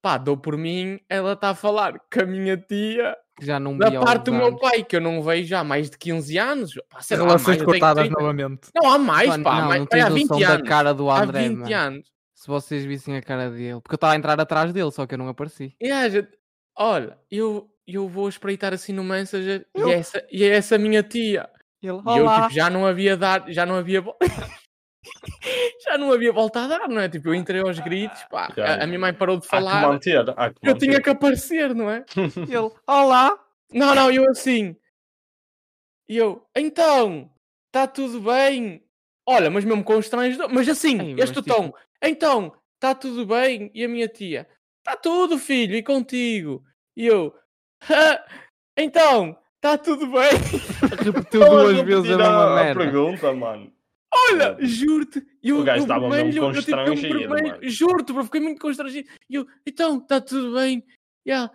Pá, dou por mim, ela está a falar com a minha tia
que já não vi
da
há
parte do
uns
meu
Um anos.
pai, que eu não vejo há mais de 15 anos. Pá, sei lá, mais,
Relações
ah, eu tenho
cortadas
30.
novamente.
Não, há mais,
Mano,
pá. há
é? não,
mais,
não
pá,
tens
há
noção
20
da
anos.
cara do
Há
André,
20
mano.
anos.
Se vocês vissem a cara dele. Porque eu estava a entrar atrás dele, só que eu não apareci.
E a gente, olha, eu, eu vou espreitar assim no Messenger e, essa, e é essa minha tia.
E ele,
E eu
olá!
tipo, já não havia dado, já não havia. vo- já não havia volta a dar, não é? Tipo, eu entrei aos gritos, pá.
Já,
a- A,
já.
minha mãe parou de
Há que
falar.
manter. Há que
Eu tinha
manter.
que aparecer, não é?
E ele, olá!
Não, não, eu assim. E eu, então, está tudo bem. Olha, mas mesmo constrangedor. Mas assim,
Ai, mas
este
tipo-
tom. Então, está tudo bem. E a minha tia, está tudo, filho, e contigo. E eu, "Hã? então, está tudo bem.
Repetiu
Estão a
duas vezes a
repetir
mesma
Ah,
a, a
merda.
pergunta, mano.
Olha, juro-te. e eu-
O gajo
eu
estava mesmo
vermelho, eu tipo, eu
constrangido,
vermelho,
mano.
Juro-te, bro, fiquei muito constrangido. E eu, então, está tudo bem. Yeah.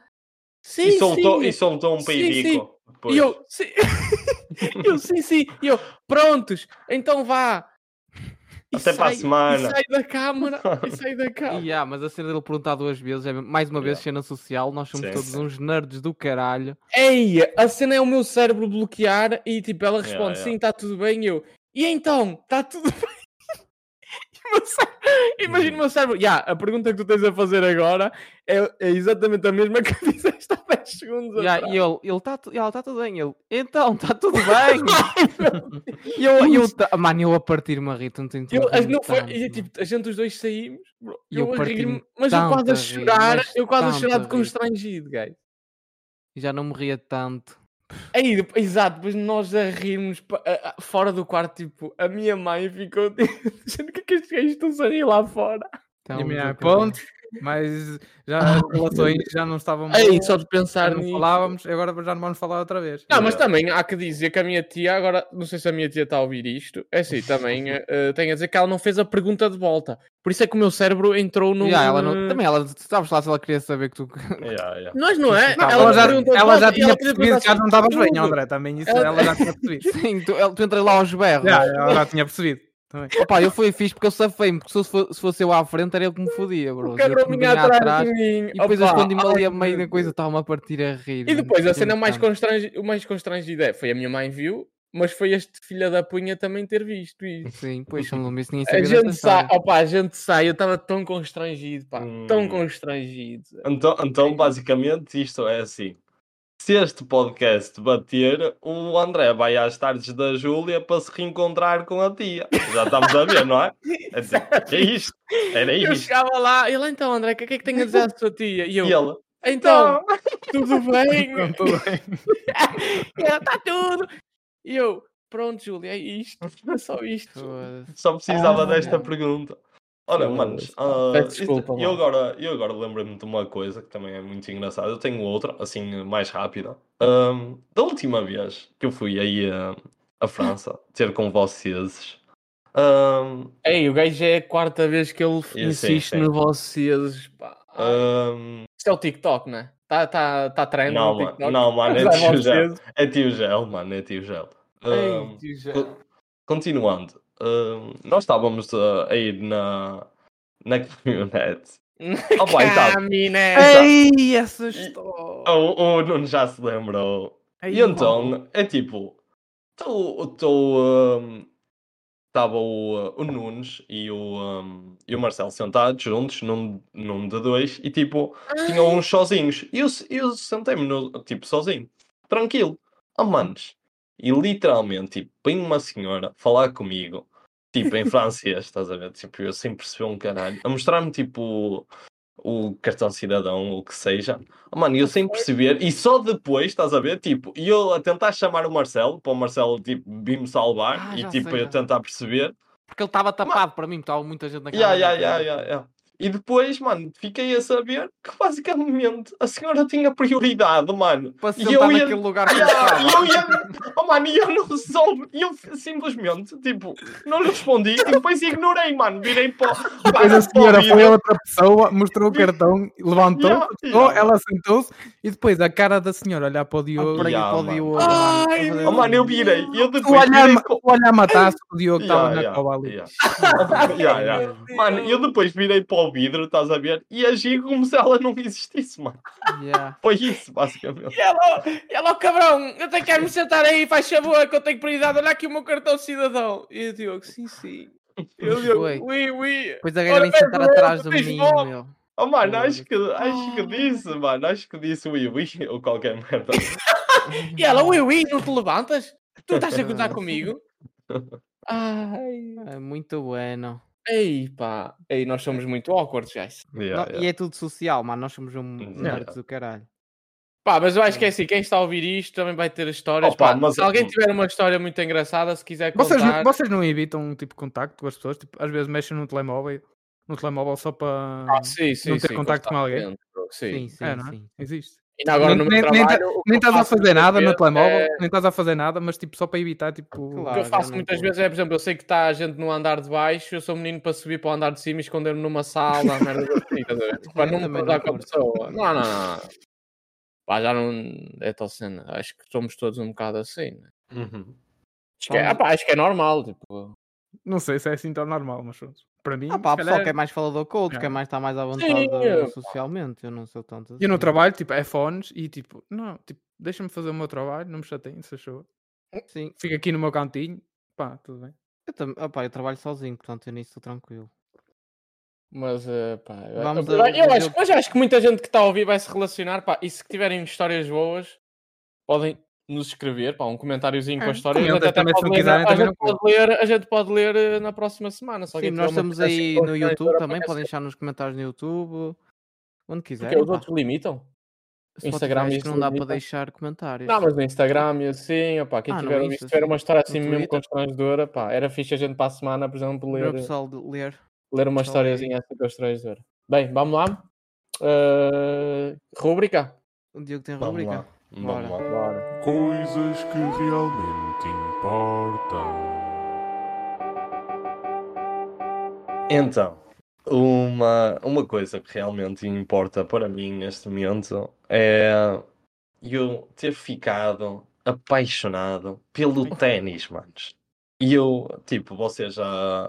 Sim,
E soltou,
sim.
e soltou um
Sim, sim.
peirico.
E eu, sim, E eu, sim, sim. E eu, prontos, então vá. E
Até para a
saio-
semana.
E sai da câmara, e sai da câmara.
E, ah, mas a cena dele perguntar duas vezes, é mais uma vez cena social, nós somos
Sim,
todos
sim.
uns nerds do caralho.
Ei, a cena é o meu cérebro bloquear e tipo, ela responde,
yeah.
sim, está tudo bem. Tá E eu, e então, está tudo bem. E o meu cérebro- Imagina o meu cérebro. Ya, a pergunta que tu tens a fazer agora é, é exatamente a mesma que disseste há 10 segundos
Já,
atrás.
e ele, ele tá, tu- ela está tudo bem. Ele, então, está tudo bem. e eu, e eu, ta- mano, eu a partir-me a rir, tu não tenho
Eu- a- não foi, e, tipo, a gente os dois saímos, bro,
E eu
eu, a rir-me,
parti-me
mas eu
tanto
quase
a
a
rir,
chorar,
mas
eu quase a
tanto
chorar
a
de
rir.
constrangido, gajo.
Já não morria tanto.
Aí, depois- exato, depois nós a rirmos pa- a- a- fora do quarto, tipo, a minha mãe ficou tipo, dizendo "O que é que estes gajos estão a rir lá fora.
Então,
E minha
eu acabei.
ponto, mas já as relações já não estavam
Aí, só de
já
pensar
não
Ah, tá nisso.
falávamos, agora já não vamos falar outra vez.
Não, mas também há que dizer que a minha tia, agora não sei se a minha tia está a ouvir isto, é assim, também eh, eh, tenho a dizer que ela não fez a pergunta de volta. Por isso é que o meu cérebro entrou no.
Já, ela não, também ela, tu estavas lá se ela queria saber que tu.
Yeah, yeah.
Mas não é?
Ela,
Ela,
já,
perguntou de
ela já
volta e
tinha
queria
percebido que já não
perguntar
estavas
sobre
bem,
tudo.
André, também isso
Ela-
ela, já tinha percebido.
Sim, tu, ela- tu entras lá aos berros.
Já, ela já tinha percebido. também.
Opa, eu fui fixe porque eu safei-me, porque se eu fo- se fosse eu à frente era eu que me fodia, bro.
O
Eu que
cabrão
me
vinha
vinha
atrás, de mim.
E depois eu
Opa,
escondi-me ali a
ai,
meio
meu
da coisa,
Deus.
estava-me a partir a rir.
E
mano,
depois a
de
cena mais,
tanto.
constrangi... o mais constrangida é, foi a minha mãe viu, mas foi este filho da punha também ter visto isso.
Sim, pois, se eu não me visse ninguém
A
sabia dessa
gente, sai,
história.
opa, a gente sai, eu estava tão constrangido, pá, tão
Hum.
constrangido.
Então, então, basicamente, isto é assim. Se este podcast bater, o André vai às tardes da Júlia para se reencontrar com a tia. Já estamos a ver, não é? É, dizer, é isto. Era
Eu
isto.
chegava lá, ele então, André, o que é que tem a dizer à sua tia? E eu,
E ela,
então, tudo bem?
Não, tudo bem.
Está tudo. E eu, pronto, Júlia, é isto, é só isto.
Foda-se.
só precisava
Ah.
desta pergunta. Ora, manos, ah,
Peço
isto-
desculpa,
eu
malta.
agora, eu agora lembrei-me de uma coisa que também é muito engraçada. Eu tenho outra, assim, mais rápida. Ahm, da última vez que eu fui aí ah, à França ter com vocês, ahm,
Ei, o gajo é a quarta vez que ele
sim,
insiste
sim.
no vocês, pá.
ahm,
Isto é o TikTok, não é? Está tá, tá trend
não,
no
mano,
TikTok?
não, mano, é
Vai
tio gel.
vocês.
É tio gel, mano, é tio gel. Ahm,
Ei, tio já.
co- continuando, ahm, nós estávamos ah, a ir na, na caminhonete. Ah, pá, e tá-
Caminete.
Ei, essa
Ah,
história!
O, o Nuno já se lembrou.
Ei,
E então, é tipo, estava o, ah, o Nunes e o, ahm, e o Marcelo sentados juntos num, num de dois e tipo, tinham uns sozinhos. E eu, se- eu sentei-me no- tipo sozinho, tranquilo, a manos. E literalmente, tipo, vem uma senhora falar comigo, tipo em francês, estás a ver? Tipo, eu sem perceber um caralho, a mostrar-me tipo o cartão cidadão, o que seja. Oh, Mano, eu sem perceber, e só depois, estás a ver? Tipo, e eu a tentar chamar o Marcelo, para o Marcelo, tipo, vir-me salvar,
Ah,
e
já
tipo,
sei,
eu
já sei.
tentar perceber.
Porque ele estava tapado para mim, estava muita gente na casa.
Ya, ya, ya, ya, ya. E depois, mano, fiquei a saber que basicamente a senhora tinha prioridade, mano.
Para
E
sentar
eu ia-
naquele lugar que
E
ele estava.
eu ia. Oh, mano, e eu não soube. E eu simplesmente, tipo, não lhe respondi e depois ignorei, mano. Virei para.
Depois
para
a
o
senhora
vídeo.
assim, foi a outra pessoa, mostrou o cartão, levantou,
Ya,
sentou,
ya.
ela sentou-se e depois a cara da senhora olhar
Ah,
para o Diogo.
Para aí,
Ya,
para o
mano.
Diogo,
Ai,
mano, para fazer
Oh, mano, eu
assim.
virei. E eu
O
depois.
olhar,
virei
ma-
com-
o olhar matasse o Diogo que estava
Ya,
na
ya,
cova ali.
ya. Ya, ya. Mano, eu depois virei para o vidro, estás a ver? E agi como se ela não existisse, mano.
Ya.
Foi isso, basicamente.
E ela, e ela, "Oh, cabrão, eu tenho que ir me sentar aí, faz favor, que eu tenho prioridade, olha aqui o meu cartão de cidadão. E eu digo, sim, sim. E Eu digo,
Foi.
ui, ui.
Depois a gaja vem
Olha,
sentar
Pedro,
atrás de
tens
mim,
fome?
meu.
Oh, mano,
Olha.
acho que, acho que disse, mano. Acho que disse ui, ui, ou qualquer merda.
E ela, ui, ui, não te levantas? Tu estás a contar comigo? Ai,
É muito bueno.
ei, pá. Ei, nós somos muito awkward, guys.
Yeah,
Não-
yeah.
E é tudo social, mano. Nós somos um
Ya.
nerds do caralho.
Pá, mas eu acho que é assim, quem está a ouvir isto também vai ter histórias.
Opa,
pá,
mas-
Se alguém tiver uma história muito engraçada, se quiser contar...
Vocês, não- vocês não evitam tipo contacto com as pessoas? Tipo, às vezes mexem no telemóvel, no telemóvel só para.
Ah, sim, sim,
não ter
sim,
contacto com alguém?
constantemente, bro, Sim.
Sim, sim,
É, não é?
sim.
Existe.
Ainda agora
Nem-
no meu
nem- tá- nem
trabalho, o que
Nem
eu
estás a
faço
fazer
muitas
nada no
vezes
telemóvel,
é-
nem estás a fazer nada, mas tipo só para evitar tipo.
O
Claro.
que eu
Ah,
faço
já
muitas
não-
vezes é, por exemplo, eu sei que está a gente no andar de baixo, eu sou um menino para subir para o andar de cima e esconder-me numa sala, merda assim, estás a ver? para não me
também
cruzar
não
com a
curto.
pessoa. Não, não, não. não. Pá, já não é tal cena. Acho que somos todos um bocado assim. né?
é-
Uhum.
Acho que é,
Somos-
ah, pá, acho que é normal, tipo.
Não sei se é assim tão normal, mas pronto. Para mim,
Ah, pá, o
se
pessoal
calhar,
que é mais falador que o outro,
Ya.
que é mais está mais à vontade eh,
eu-
socialmente. Eu não sou tanto assim.
eu no trabalho, tipo, é fones e tipo, não, tipo, deixa-me fazer o meu trabalho, não me chateiem, se achou.
Sim.
Fico aqui no meu cantinho, pá, tudo bem.
Eu, tam... ah, pá, eu trabalho sozinho, portanto eu nisso estou tranquilo.
Mas, eh, pá, eu-
Vamos
eu,
a-
eu
mas
acho,
eu-
mas acho que muita gente que está a ouvir vai se relacionar, pá, e se tiverem histórias boas, podem nos escrever, pá, um comentáriozinho
Ah.
com a história. A gente,
comentem
até
também se
pode
não
ler,
quiserem,
na- a,
também
gente
não
pode ler, a gente pode ler eh, na próxima semana. Se
Sim,
alguém tiver
nós
é uma
estamos
recomendação
aí
boa
no
para a
YouTube
editora,
também,
pode
podem
ser.
deixar nos comentários no YouTube, onde quiserem.
é assim, Porque os
pá.
outros limitam.
Spotify
Instagram
acho
isso
que não dá para
limita.
deixar comentários.
Não, mas no Instagram e assim, opá, quem
Ah, no
tiver,
Insta,
se tiver
sim.
uma história
No
assim mesmo
Twitter.
constrangedora, pá, era fixe a gente para a semana, por exemplo,
Para o
eh,
ler,
pessoal de ler.
ler uma
pessoal
historiazinha assim constrangedora. Bem, vamos lá. Eh, rúbrica?
O Diogo tem
Vamos
rubrica.
lá. Vamos lá.
Bora.
Coisas que realmente importam.
Então, uma, uma coisa que realmente importa para mim neste momento é eu ter ficado apaixonado pelo ténis, manos. E eu, tipo, vocês já,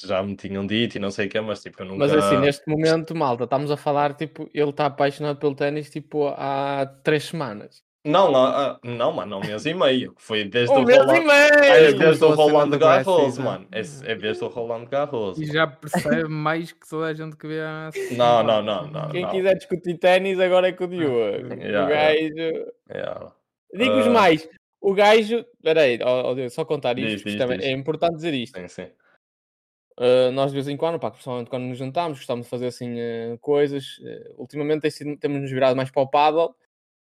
já me tinham dito e não sei o que, mas tipo, eu nunca.
Mas assim, neste momento, malta, estamos a falar, tipo, ele está apaixonado pelo ténis, tipo, há três semanas.
Não, ah, ah, não, mano, há um mês e meio. que Foi desde o
Um mês e
Roland- é
meio!
desde o
Começou a cena
Roland
do Brad
Garros,
né?
Season.
mano. É, é desde o Roland Garros.
E já percebe mais que toda a gente que vê a...
Não, não, não, não.
Quem
não.
quiser discutir ténis, agora é
Ah,
com o Diogo.
yeah,
o
yeah.
gajo...
Yeah.
Digo-vos
Ah.
mais, o gajo... Espera aí, ó- ó Diogo, só contar isto,
Diz,
porque
diz,
também
diz.
é importante dizer isto.
Sim, sim.
Uh, nós de vez em quando, pá, principalmente quando nos juntamos, gostamos de fazer assim uh, coisas. Uh, ultimamente tem sido- temos nos virado mais para o paddle.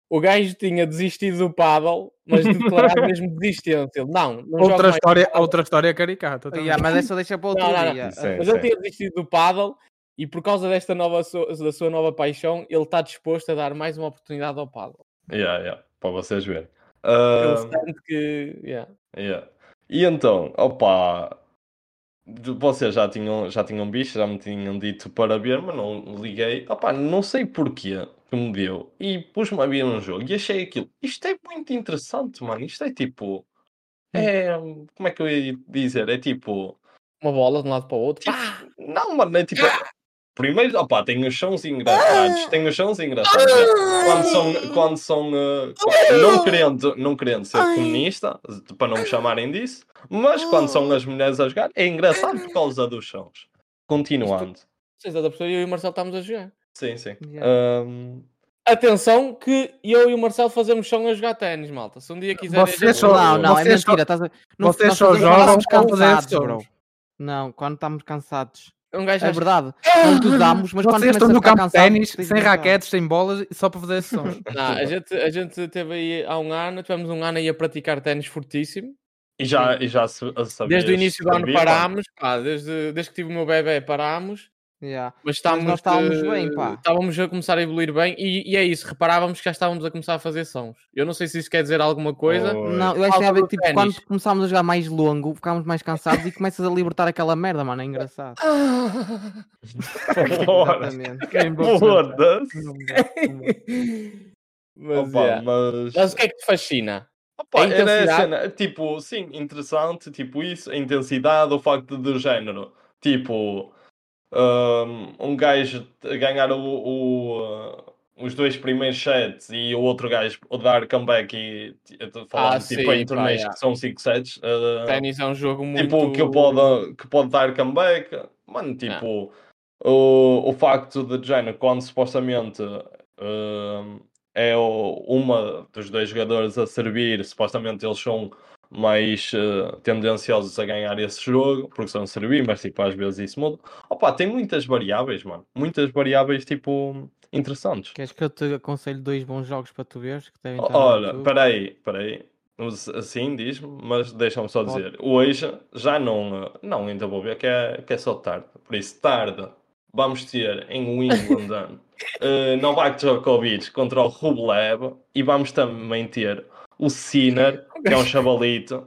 O gajo tinha desistido do paddle, mas declarado mesmo desistência. Ele, não, não jogo
Outra
mais
história, outra história é caricata. tá
Ah,
também.
yeah, mas essa deixa para outro
Não, não, é- não.
dia.
Sim.
Mas ele tinha desistido do paddle e por causa desta nova so- da sua nova paixão, ele está disposto a dar mais uma oportunidade ao paddle.
Yeah, yeah, para vocês verem.
Ele
Ah,
sente que. yeah.
yeah. E então, opa, de- vocês já tinham, já tinham visto, já me tinham dito para ver, mas não liguei. Opa, não sei porquê que me deu. E pus-me a ver um jogo e achei aquilo. Isto é muito interessante, mano. Isto é tipo. É, como é que eu ia dizer? É tipo.
Uma bola de um lado para o outro.
tipo
pá,
não, mano, é tipo. Primeiro, opa, tem os sons engraçados. Tem os sons engraçados. né? quando são, quando são eh, quando- não querendo não querendo ser comunista para não me chamarem disso mas quando são as mulheres a jogar é engraçado por causa dos sons continuando
vocês estão a perceber, eu e o Marcelo estamos a jogar.
sim sim
Yeah.
Ahm,
Atenção, que eu e o Marcelo fazemos chão a jogar ténis, malta. Se um dia quiserem.
Vocês
a gente-
só-
Não, não, é
Vocês só-
mentira. estás a- Não,
vocês
nós fazemos
só
quando
jogam
estamos
quando fazem
cansados,
sons.
bro. Não, quando estamos cansados.
Um gajo
É
acha-
verdade. Nós gozamos, mas quando
Vocês estão
começamos a
no
ficar
campo de
cansados,
ténis,
tens de
sem
gozar.
raquetes, sem bolas, só para fazer esses sons.
Não, a, gente, a gente teve aí há um ano, tivemos um ano aí a praticar ténis fortíssimo.
e já e já se- sabias
Desde o início do ano
sabia, mano?
parámos, pá, desde, desde que tive o meu bebê parámos.
Yeah.
Mas estávamos,
nós estávamos
eh,
bem, pá.
Estávamos a começar a evoluir bem e, e é isso, reparávamos que já estávamos a começar a fazer sons. Eu não sei se isso quer dizer alguma coisa.
Oi.
Não, eu acho que tem a
Falta
ver
do
tipo,
ténis.
quando começámos a jogar mais longo, ficámos mais cansados e começas a libertar aquela merda, mano. É engraçado.
Ora,
Exatamente.
é
foda-se.
Mas,
Opa,
yeah.
mas-
Mas o que é que te fascina?
Opa,
A
era a
intensidade?
cena, tipo, sim, interessante, tipo isso, a intensidade, o facto do género, tipo, hum, um gajo t- ganhar o, o, uh, os dois primeiros sets e o outro gajo dar comeback e t- eu tô falando,
Ah, sim,
tipo, em
pá,
torneios
yeah.
que são 5 sets, uh,
Ténis é um jogo muito.
tipo, que pode, que pode dar comeback, mano, tipo, o, o facto de género, quando supostamente hum, é o- uma dos dois jogadores a servir, supostamente eles são mais eh, tendenciosos a ganhar esse jogo, porque são a servir, mas tipo, às vezes isso muda. Opa, tem muitas variáveis, mano, muitas variáveis, tipo, interessantes.
Queres que eu te aconselho dois bons jogos para tu veres? Que devem estar tá no
Olha,
YouTube?
peraí, peraí. Mas, Assim diz-me, mas deixa-me só
Pode.
dizer. Hoje já não, eh, não ainda vou ver que é, que é só tarde. Por isso, tarde, vamos ter em Wimbledon eh, Novak Djokovic contra o Rublev e vamos também ter o Sinner, que é um chavalito,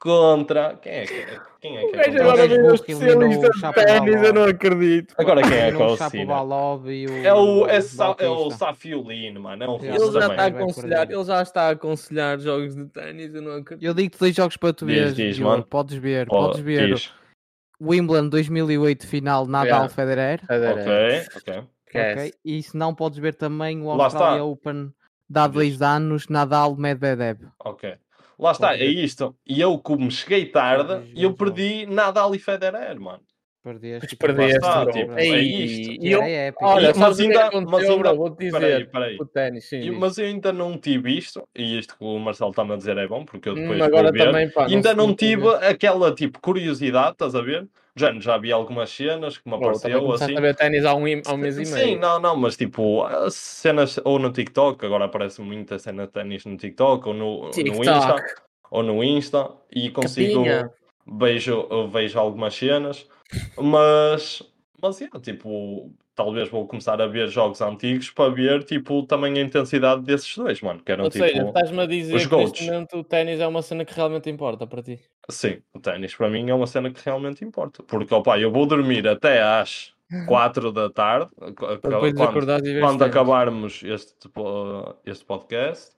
contra. Quem é que é? Quem é,
O
que é
gajo
contra-
agora
gajo
veio um
burro que eliminou
especialista
o
de
Chapovalov.
ténis, eu não acredito.
Agora quem é que é
Não,
o
o
Sinner?
Shapovalov e o.
É o, é Sa- é o
Bautista.
Safiulino, mano. É um
Ele tá
Ele
russo
já,
Também.
está a
também.
Vai
aconselhar,
perder.
ele já está a aconselhar jogos de ténis, eu não acredito.
Eu digo-te dois jogos para tu
Diz,
veres.
diz,
Diogo,
mano.
Podes ver,
Oh,
podes ver.
diz. É.
Wimbledon 2008 final Nadal
Yeah.
Federer.
Ok, ok.
ok? E se não podes ver também o
Lá
Australia
está.
Open de há dois anos, Nadal Medvedev.
Ok. Lá está, é
ver.
isto. E eu, como cheguei tarde,
Podes ver
eu
os
perdi Nadal e Federer, mano.
Perdeste.
Mas perdeste,
passaste,
bro.
tipo,
Ei,
era
é isto.
e eu-
épico.
Olha,
mas
sabes o que é
ainda-
que
mas
aconteceu,
ainda-
bro? Vou-te dizer.
Peraí, peraí.
O ténis, sim.
E-
diz.
Mas eu ainda não tive isto, e isto que o Marcelo está-me a dizer é bom, porque eu
Hum,
depois
agora
vou ver.
também, pá,
ainda
sei
não
se
tive aquela tipo curiosidade, estás a ver? Já, já vi algumas cenas que me
Bro, também
apareceu
começaste
assim.
a ver ténis há um, im- há um mês e meio.
Sim, não, não, mas tipo, as cenas ou no TikTok, agora aparece muita cena de ténis no TikTok, ou no, no Insta,
TikTok.
ou no Insta, e consigo
Capinha.
vejo, eu vejo algumas cenas, mas, mas é, tipo, talvez vou começar a ver jogos antigos para ver tipo também a intensidade desses dois, mano, que eram
Ou
tipo.
seja, tá- estás-me a dizer
os
que
goats.
neste momento o ténis é uma cena que realmente importa para ti.
Sim, o ténis para mim é uma cena que realmente importa. Porque, opá, eu vou dormir até às 4 da tarde, qu-
Para depois
quando,
acordares e veres
quando
ténis.
acabarmos este, po- este podcast,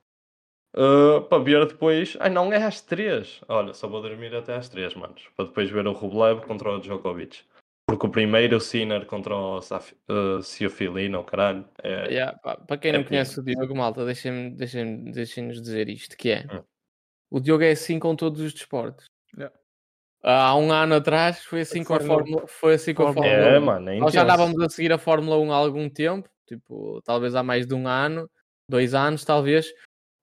eh, para ver depois. Ai, não, é às 3. Olha, só vou dormir até às 3, manos. Para depois ver o Rublev contra o Djokovic. Porque o primeiro, o Sinner contra o Saf... eh, Ciofilino, caralho. É...
Yeah, pá, para quem não
É
conhece o Diogo Malta, deixem-me deixem, deixem-nos dizer isto: que é
Hum.
o Diogo é assim com todos os desportos.
Yeah.
Há um ano atrás foi assim com a
Fórmula um.
Fórmula, foi assim com a
Fórmula
Fórmula
É,
1.
mano, é
Nós já
intenso.
andávamos a seguir a Fórmula 1 há algum tempo, tipo, talvez há mais de um ano, dois anos, talvez.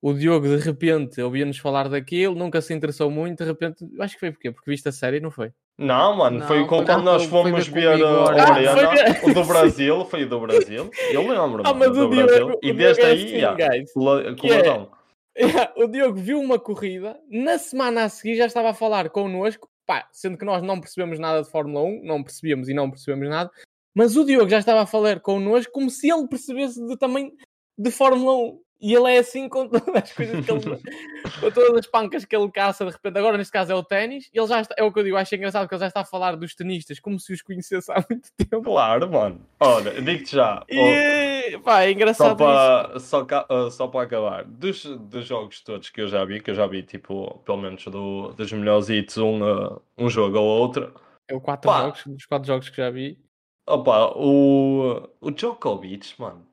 O Diogo, de repente, ouvia-nos falar daquilo, nunca se interessou muito, de repente, acho que foi porquê? Porque viste a série, não foi?
Não, mano,
Não,
foi com-
foi
quando
na-
nós
foi ver
fomos
com o
ver uh,
Igor.
o
Ah,
Arena,
foi
o do Brasil, foi o do Brasil. Eu lembro,
Ah,
mano,
mas
do
o Diogo,
Brasil.
o
E
Diogo
desde
é
aí,
assim,
já,
guys.
colo-
Que é?
coladão.
o Diogo viu uma corrida, na semana a seguir já estava a falar connosco, pá, sendo que nós não percebemos nada de Fórmula 1, não percebíamos e não percebemos nada, mas o Diogo já estava a falar connosco como se ele percebesse de, também de Fórmula 1. E ele é assim com todas as coisas que ele. com todas as pancas que ele caça de repente. Agora, neste caso, é o ténis. Ele já está- é o que eu digo, acho engraçado que ele já está a falar dos tenistas como se os conhecesse há muito tempo.
Claro, mano. Olha, digo-te já. o-
E, pá,
Oh.
é
Só
engraçado isso.
para, só, ca- uh, só para acabar, dos, dos jogos todos que eu já vi, que eu já vi, tipo, pelo menos do, dos melhores hits, um, uh, um jogo ou outro,
É o quatro
Pá.
jogos, dos quatro jogos que já vi.
Opa, o, o Djokovic, mano,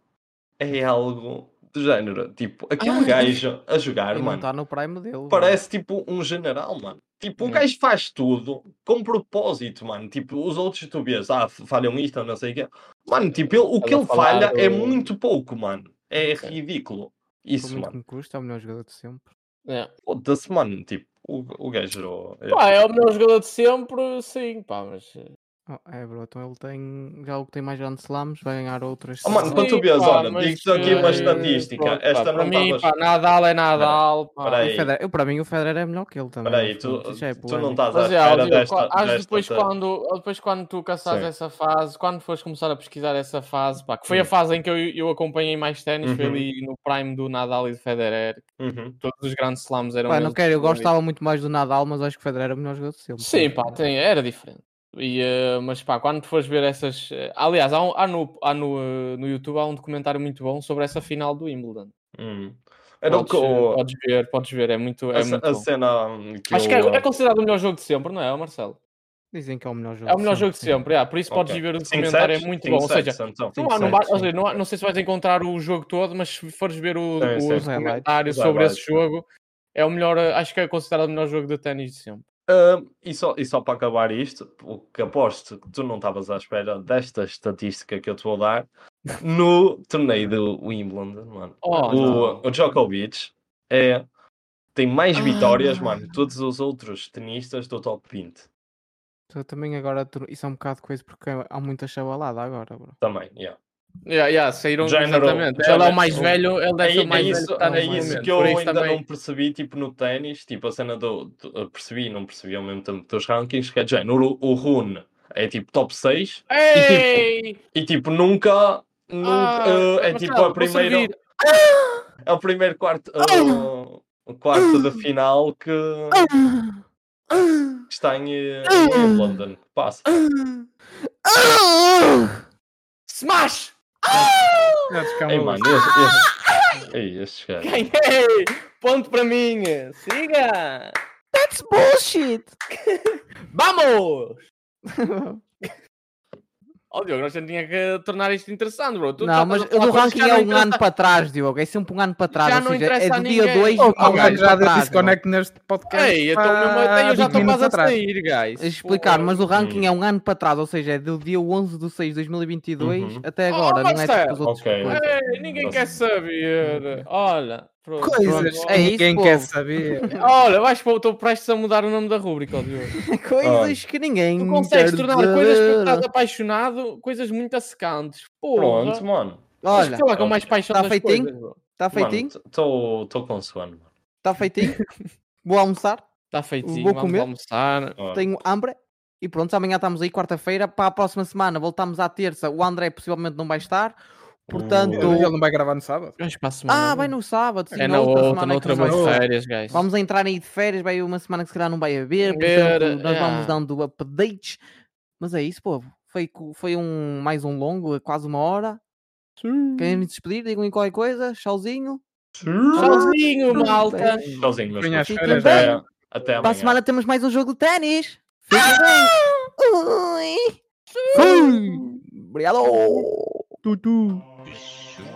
é algo do género. Tipo, aquele gajo a jogar,
E não
mano,
está no prime dele.
parece tipo um general, mano. Tipo, o
Hum.
gajo faz tudo com propósito, mano. Tipo, os outros tu vês, ah, f- falham isto ou não sei o quê. Mano, tipo, ele- o que
Estás a
ele
falar
falha é
do-
muito pouco, mano. É ridículo.
Isso,
Isso,
muito que
mano.
me custa, é o melhor jogador de sempre.
É.
Foda-se, mano. Tipo, o, o gajo. é-
Pá, é o melhor jogador de sempre, sim, pá, mas. eh,
Oh, é, bro, então ele tem. Já o que tem mais grandes slams, vai ganhar outras.
Oh, mano, para
Sim,
tu vês,
pá,
olha,
mas,
digo-te aqui uma
eh,
estatística.
pronto, pá,
Esta
para
não
mim,
estavas-
pá, Nadal é Nadal, pá.
Espera aí.
O Federer- eu, para mim, o Federer é melhor que ele também.
Peraí,
mas
tu,
pronto, isso já é
tu não
polémico.
tá estás à
Mas, já, ó,
espera
Diogo,
desta.
qua- acho
desta
depois
ta-
quando, ó, depois quando tu caçares
Sim.
essa fase, quando fores começar a pesquisar essa fase, pá, que foi a fase em que eu, eu acompanhei mais ténis, foi
Uhum.
ali no prime do Nadal e do Federer.
Uhum.
Todos os grandes slams eram
Pá, não
eles.
quero, eu gostava muito mais do Nadal, mas acho que o Federer era o melhor jogador de sempre.
Sim, pá, tem- era diferente. E, eh, mas pá, quando tu fores ver essas. eh, aliás, há, um- há no, há no, eh, no YouTube há um documentário muito bom sobre essa final do Wimbledon.
Hum. Era o
podes,
que eu-
eh, podes ver, podes ver, é muito, é
a, ce-
muito
a
bom.
cena hum, que
Acho que
eu,
é, é
ah,
considerado o melhor jogo de sempre, não é, Marcelo?
Dizem que é o melhor jogo
É o melhor jogo de
sim.
sempre, é, por isso podes
ok.
ir ver o
Cinco
documentário, é
sets?
muito
Cinco
bom. Ou seja,
sets, então.
não,
Cinco
há- não, vai-
sets,
ou
sim.
seja, não, há- não sei se vais encontrar o jogo todo, mas se fores ver o,
Sim, sim.
o
é,
Os
documentário
highlights.
sobre
Os
esse jogo, é o melhor, eh, acho que é considerado o melhor jogo de ténis de sempre.
Ah, e, só, e só para acabar isto, o que aposto que tu não estavas à espera desta estatística que eu te vou dar no torneio do Wimbledon, mano.
Oh, não.
o, o Djokovic é, tem mais vitórias,
Ah.
mano, que todos os outros tenistas do top 20
Tu também agora, tu- isso é um bocado coisa porque há muita chabalada agora, bro.
também. Yeah.
Yeah, yeah, saíram
Género-
exatamente.
género-
ele é o mais velho, ele deve
É,
ser o
é
mais velho
isso,
que está
é
neste
isso
momento,
que eu
por isso
ainda
também-
não percebi, tipo, no ténis, tipo, a cena do, do- eu percebi, não percebi ao mesmo tempo dos rankings, que é de género, o, o Rune é tipo top 6
Ei!
e tipo, nunca, nunca
Ah,
eh, é
Marcelo,
tipo
vou
a primeira,
servir.
é o primeiro quarto, eh, o- o quarto da final que que está em, eh, em London, que passa.
Ah! Smash!
Já descamba
Ei,
o
mano, estes, estes, ei, estes gajos.
Ganhei! Ponto para mim! Siga!
That's bullshit!
Vamos! Ó Diogo, nós já tinha que tornar isto interessante, bro. tá- Tu
não,
já
mas
estás a falar
o do
coisas que
ranking é
já não
um ano
interessa-
para trás, Diogo. É sempre um ano para trás.
Já
ou
não
seja, é
interessa a
do dia
ninguém.
2
Oh,
a um
gajo,
ano
já
para
deu
trás. mano.
disconnect neste podcast.
Ei, eu, tô mesmo- eu já
há 20
estou
minutos
quase a
atrás.
sair, guys.
Explicar, mas o ranking
Hum.
é um ano para trás, ou seja, é do dia 11 de 6 de 2022
Uhum.
até
Oh,
agora, não é
Marcelo!
tipo os outros.
Ok.
coisas.
Ei, ninguém quer saber. Olha, pronto.
Coisas
Pronto.
que
É isso,
ninguém
povo.
quer saber.
Olha, eu acho que estou prestes a mudar o nome da rúbrica, ó Diogo.
Coisas que ninguém.
Tu consegues
quer
tornar coisas que
saber.
estás apaixonado, coisas muito assecantes. Porra.
Pronto, mano.
Olha,
Fala com mais paixão
Tá
das
feitinho?
coisas, bro.
está feitinho?
Estou com sono. mano.
Está feitinho? Vou almoçar,
Está Tá feitinho,
Vou
vamos
comer.
almoçar.
Ora,
tenho hambre. E pronto, amanhã estamos aí quarta-feira. Para a próxima semana voltamos à terça. O André possivelmente não vai estar. Portanto.
Ele não vai gravar no sábado.
Gajo para a semana,
Ah, vai no sábado. Sim,
É na outra,
semana
na
que
outra
não
vou
vai
de
estar.
férias, gajo.
Vamos a entrar aí de férias, vai uma semana que se calhar não vai haver,
Ver,
portanto nós vamos
yeah.
dando updates. Mas é isso, povo. Foi, co- foi um, mais um longo, quase uma hora. Querem me despedir? Digam aí qualquer coisa. Tchauzinho.
Tchauzinho,
é
malta.
Sozinho, meus
Venha às
putos.
férias.
bem.
é-
Até- Até
Para a
amanhã.
semana temos mais um jogo de ténis. Fiquem bem. Ui. Fui. Obrigado.
Shoo.